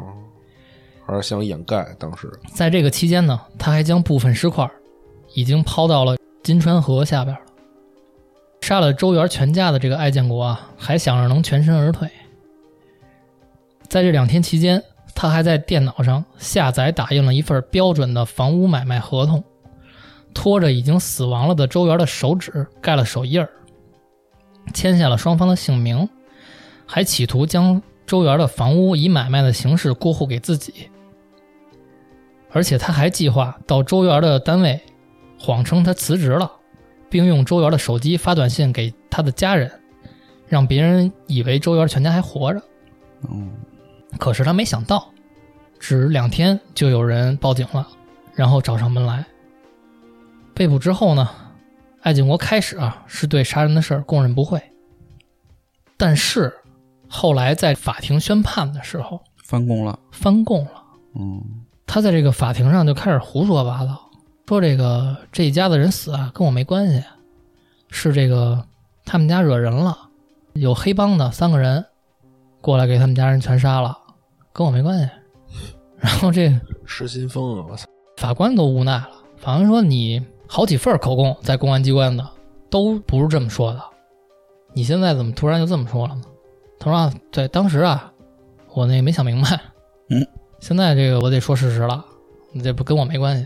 Speaker 3: 还是想掩盖当时。
Speaker 1: 在这个期间呢，他还将部分尸块已经抛到了金川河下边了。杀了周元全家的这个艾建国啊，还想着能全身而退。在这两天期间，他还在电脑上下载打印了一份标准的房屋买卖合同，拖着已经死亡了的周元的手指盖了手印儿，签下了双方的姓名，还企图将周元的房屋以买卖的形式过户给自己。而且他还计划到周元的单位，谎称他辞职了，并用周元的手机发短信给他的家人，让别人以为周元全家还活着。
Speaker 2: 嗯，
Speaker 1: 可是他没想到，只两天就有人报警了，然后找上门来。被捕之后呢，艾建国开始啊是对杀人的事儿供认不讳，但是后来在法庭宣判的时候
Speaker 2: 翻供了，
Speaker 1: 翻供了。
Speaker 2: 嗯，
Speaker 1: 他在这个法庭上就开始胡说八道，说这个这一家子人死啊跟我没关系，是这个他们家惹人了，有黑帮的三个人过来给他们家人全杀了，跟我没关系。 然后这
Speaker 3: 失心疯啊！我操！
Speaker 1: 法官都无奈了，法官说你好几份口供在公安机关的都不是这么说的，你现在怎么突然就这么说了呢？他说、啊、对，当时啊，我那没想明白，
Speaker 2: 嗯，
Speaker 1: 现在这个我得说事实了，你这不跟我没关系，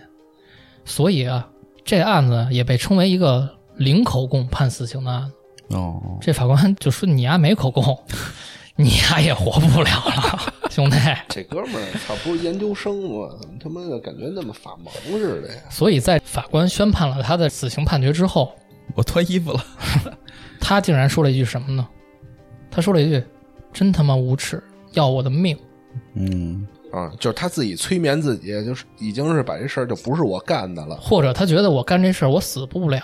Speaker 1: 所以啊，这案子也被称为一个零口供判死刑的案子。
Speaker 2: 哦，
Speaker 1: 这法官就说你丫、没口供， 你丫、也活不了了，兄弟。
Speaker 3: 这哥们儿操，不是研究生吗？怎么他妈的感觉那么法盲似的呀？
Speaker 1: 所以在法官宣判了他的死刑判决之后，
Speaker 2: 我脱衣服了，
Speaker 1: 他竟然说了一句什么呢？他说了一句：“真他妈无耻，要我的命
Speaker 2: 嗯，
Speaker 3: 啊，就是他自己催眠自己，就是已经是把这事儿就不是我干的！”了，
Speaker 1: 或者他觉得我干这事儿我死不了，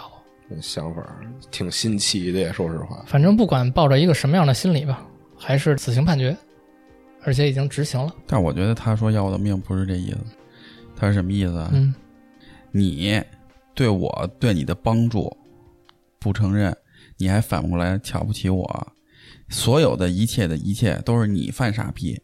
Speaker 3: 这想法儿挺新奇的，说实话。
Speaker 1: 反正不管抱着一个什么样的心理吧，还是死刑判决，而且已经执行了。
Speaker 2: 但我觉得他说要我的命不是这意思，他是什么意思啊？
Speaker 1: 嗯，
Speaker 2: 你对我对你的帮助不承认，你还反过来瞧不起我，所有的一切的一切都是你犯傻逼，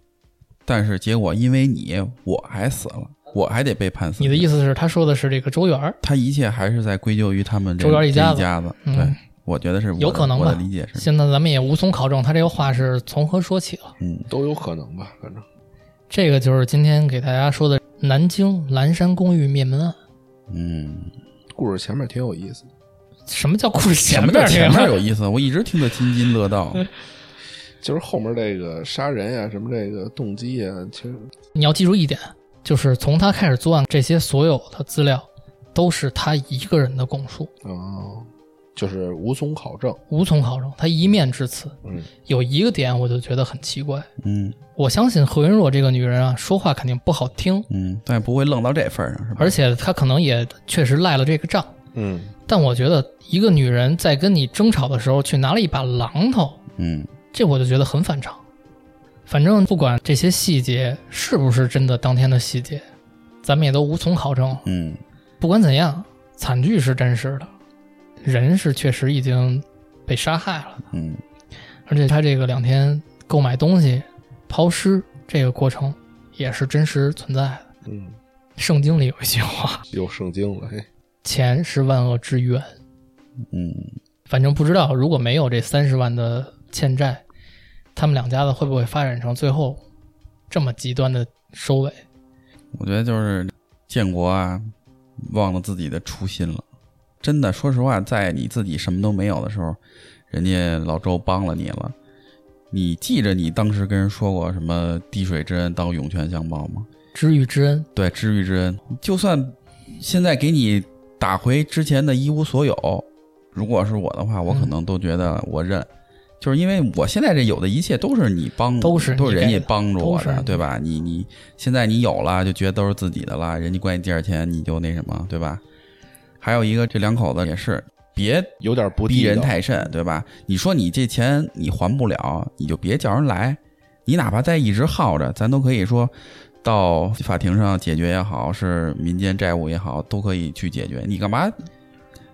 Speaker 2: 但是结果因为你我还死了，我还得被判死。
Speaker 1: 你的意
Speaker 2: 思？
Speaker 1: 思是，他说的是这个周元儿，
Speaker 2: 他一切还是在归咎于他们这
Speaker 1: 周元
Speaker 2: 这
Speaker 1: 一
Speaker 2: 一
Speaker 1: 家子
Speaker 2: 家子。
Speaker 1: 嗯
Speaker 2: 对，我觉得是我的
Speaker 1: 有可能
Speaker 2: 我的
Speaker 1: 吧
Speaker 2: 理解是，
Speaker 1: 现在咱们也无从考证他这个话是从何说起了。
Speaker 2: 嗯
Speaker 3: 都有可能吧，反正
Speaker 1: 这个就是今天给大家说的南京蓝山公寓灭门案。
Speaker 2: 嗯，
Speaker 3: 故事前面挺有意思。
Speaker 1: 什么叫故事前
Speaker 2: 什么
Speaker 1: 面
Speaker 2: 叫
Speaker 1: 儿？
Speaker 2: 前面有意思，我一直听得津津乐道。
Speaker 3: 就是后面这个杀人呀、什么这个动机呀、其实
Speaker 1: 你要记住一点，就是从他开始作案，这些所有的资料都是他一个人的供述，
Speaker 3: 哦，就是无从考证。
Speaker 1: 无从考证，他一面之词。
Speaker 3: 嗯，
Speaker 1: 有一个点我就觉得很奇怪，
Speaker 2: 嗯
Speaker 1: 我相信何云若这个女人啊，说话肯定不好听，
Speaker 2: 嗯，但不会愣到这份儿上是吧？
Speaker 1: 而且她可能也确实赖了这个账。
Speaker 3: 嗯，
Speaker 1: 但我觉得一个女人在跟你争吵的时候，去拿了一把榔头，
Speaker 2: 嗯
Speaker 1: 这我就觉得很反常。反正不管这些细节是不是真的当天的细节，咱们也都无从考证了。
Speaker 2: 嗯
Speaker 1: 不管怎样，惨剧是真实的，人是确实已经被杀害了，
Speaker 2: 嗯
Speaker 1: 而且他这个两天购买东西、抛尸这个过程也是真实存在的。
Speaker 3: 嗯，
Speaker 1: 圣经里有一句话
Speaker 3: 有圣经了，嘿，：“
Speaker 1: 钱是万恶之源。
Speaker 2: 嗯，”
Speaker 1: 反正不知道如果没有这三十万的欠债，他们两家子会不会发展成最后这么极端的收尾。
Speaker 2: 我觉得就是建国啊，忘了自己的初心了。真的，说实话，在你自己什么都没有的时候，人家老周帮了你了。你记着你当时跟人说过什么“滴水之恩，当涌泉相报”吗？
Speaker 1: 知遇之恩，
Speaker 2: 对，知遇之恩，就算现在给你打回之前的一无所有，如果是我的话，我
Speaker 1: 嗯
Speaker 2: 可能都觉得我认，就是因为我现在这有的一切都是你帮，
Speaker 1: 都是你
Speaker 2: 都是人
Speaker 1: 给
Speaker 2: 家
Speaker 1: 的
Speaker 2: 帮助
Speaker 1: 都
Speaker 2: 我
Speaker 1: 是
Speaker 2: 的，
Speaker 1: 你
Speaker 2: 对吧？你你现在你有了，就觉得都是自己的了，人家管你借点钱，你就那什么，对吧？还有一个，这两口子也是，别
Speaker 3: 有点不
Speaker 2: 逼
Speaker 3: 地
Speaker 2: 人
Speaker 3: 道
Speaker 2: 太甚，对吧？你说你这钱你还不了，你就别叫人来。你哪怕再一直耗着，咱都可以说到法庭上解决也好，是民间债务也好，都可以去解决。你干嘛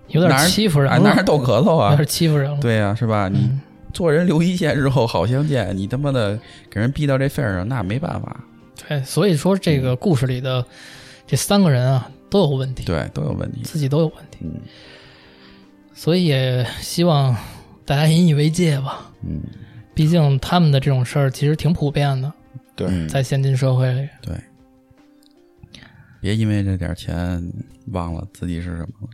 Speaker 1: 有
Speaker 2: 哪
Speaker 1: 点
Speaker 2: 儿
Speaker 1: 欺负人
Speaker 2: 啊？
Speaker 1: 了，
Speaker 2: 拿着豆咳嗽
Speaker 1: 有
Speaker 2: 啊
Speaker 1: 点？欺负人了。
Speaker 2: 对呀、是吧？你
Speaker 1: 嗯，
Speaker 2: 做人留一线，日后好相见。你他妈的给人逼到这份儿上，那没办法，
Speaker 1: 对，所以说这个故事里的这三个人啊都有问题，
Speaker 2: 嗯对，都有问题。
Speaker 1: 自己都有问题，
Speaker 2: 嗯
Speaker 1: 所以也希望大家引以为戒吧。
Speaker 2: 嗯，
Speaker 1: 毕竟他们的这种事儿其实挺普遍的，
Speaker 3: 对，
Speaker 2: 嗯
Speaker 1: 在现今社会里。
Speaker 2: 对，别因为这点钱忘了自己是什么了。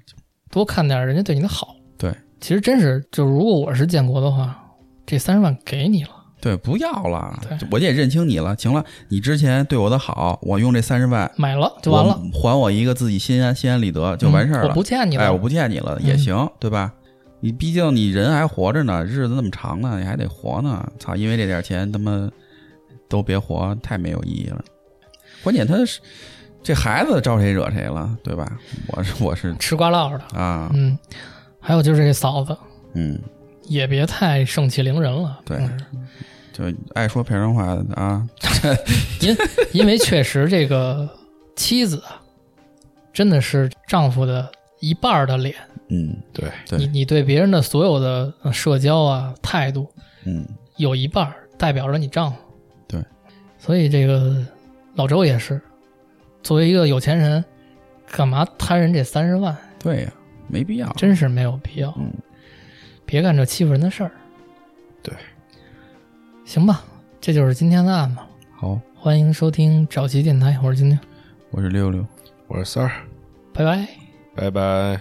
Speaker 1: 多看点人家对你的好。
Speaker 2: 对，
Speaker 1: 其实真是，就如果我是建国的话，这三十万给你了，
Speaker 2: 对，不要了
Speaker 1: 对，
Speaker 2: 我也认清你了。行了，你之前对我的好，我用这三十万
Speaker 1: 买了就完了，，
Speaker 2: 我还我一个自己心安心安理得就完事
Speaker 1: 嗯
Speaker 2: 儿了。
Speaker 1: 我不欠你了，嗯
Speaker 2: 哎，我不欠你了也行，对吧？你毕竟你人还活着呢，日子那么长呢，你还得活呢。操，因为这点钱他妈都别活，太没有意义了。关键他是这孩子招谁惹谁了，对吧？我是我是
Speaker 1: 吃瓜落的。
Speaker 2: 啊，
Speaker 1: 嗯，还有就是这嫂子
Speaker 2: 嗯，
Speaker 1: 也别太盛气凌人了，
Speaker 2: 对
Speaker 1: 嗯
Speaker 2: 就爱说平常话的啊，
Speaker 1: 因 为确实这个妻子啊，真的是丈夫的一半儿的脸。
Speaker 2: 嗯
Speaker 3: 对，
Speaker 2: 对
Speaker 1: 你你对别人的所有的呃社交啊态度，
Speaker 2: 嗯，
Speaker 1: 有一半儿代表着你丈夫。
Speaker 2: 对，
Speaker 1: 所以这个老周也是，作为一个有钱人，干嘛贪人这三十万？
Speaker 2: 对呀、没必要。
Speaker 1: 真是没有必要。
Speaker 2: 嗯
Speaker 1: 别干这欺负人的事儿。
Speaker 3: 对，
Speaker 1: 行吧，这就是今天的案子。
Speaker 2: 好，
Speaker 1: 欢迎收听找齐电台，我是金丁，
Speaker 2: 我是六六。
Speaker 3: 我是三儿，
Speaker 1: 拜拜。
Speaker 3: 拜拜。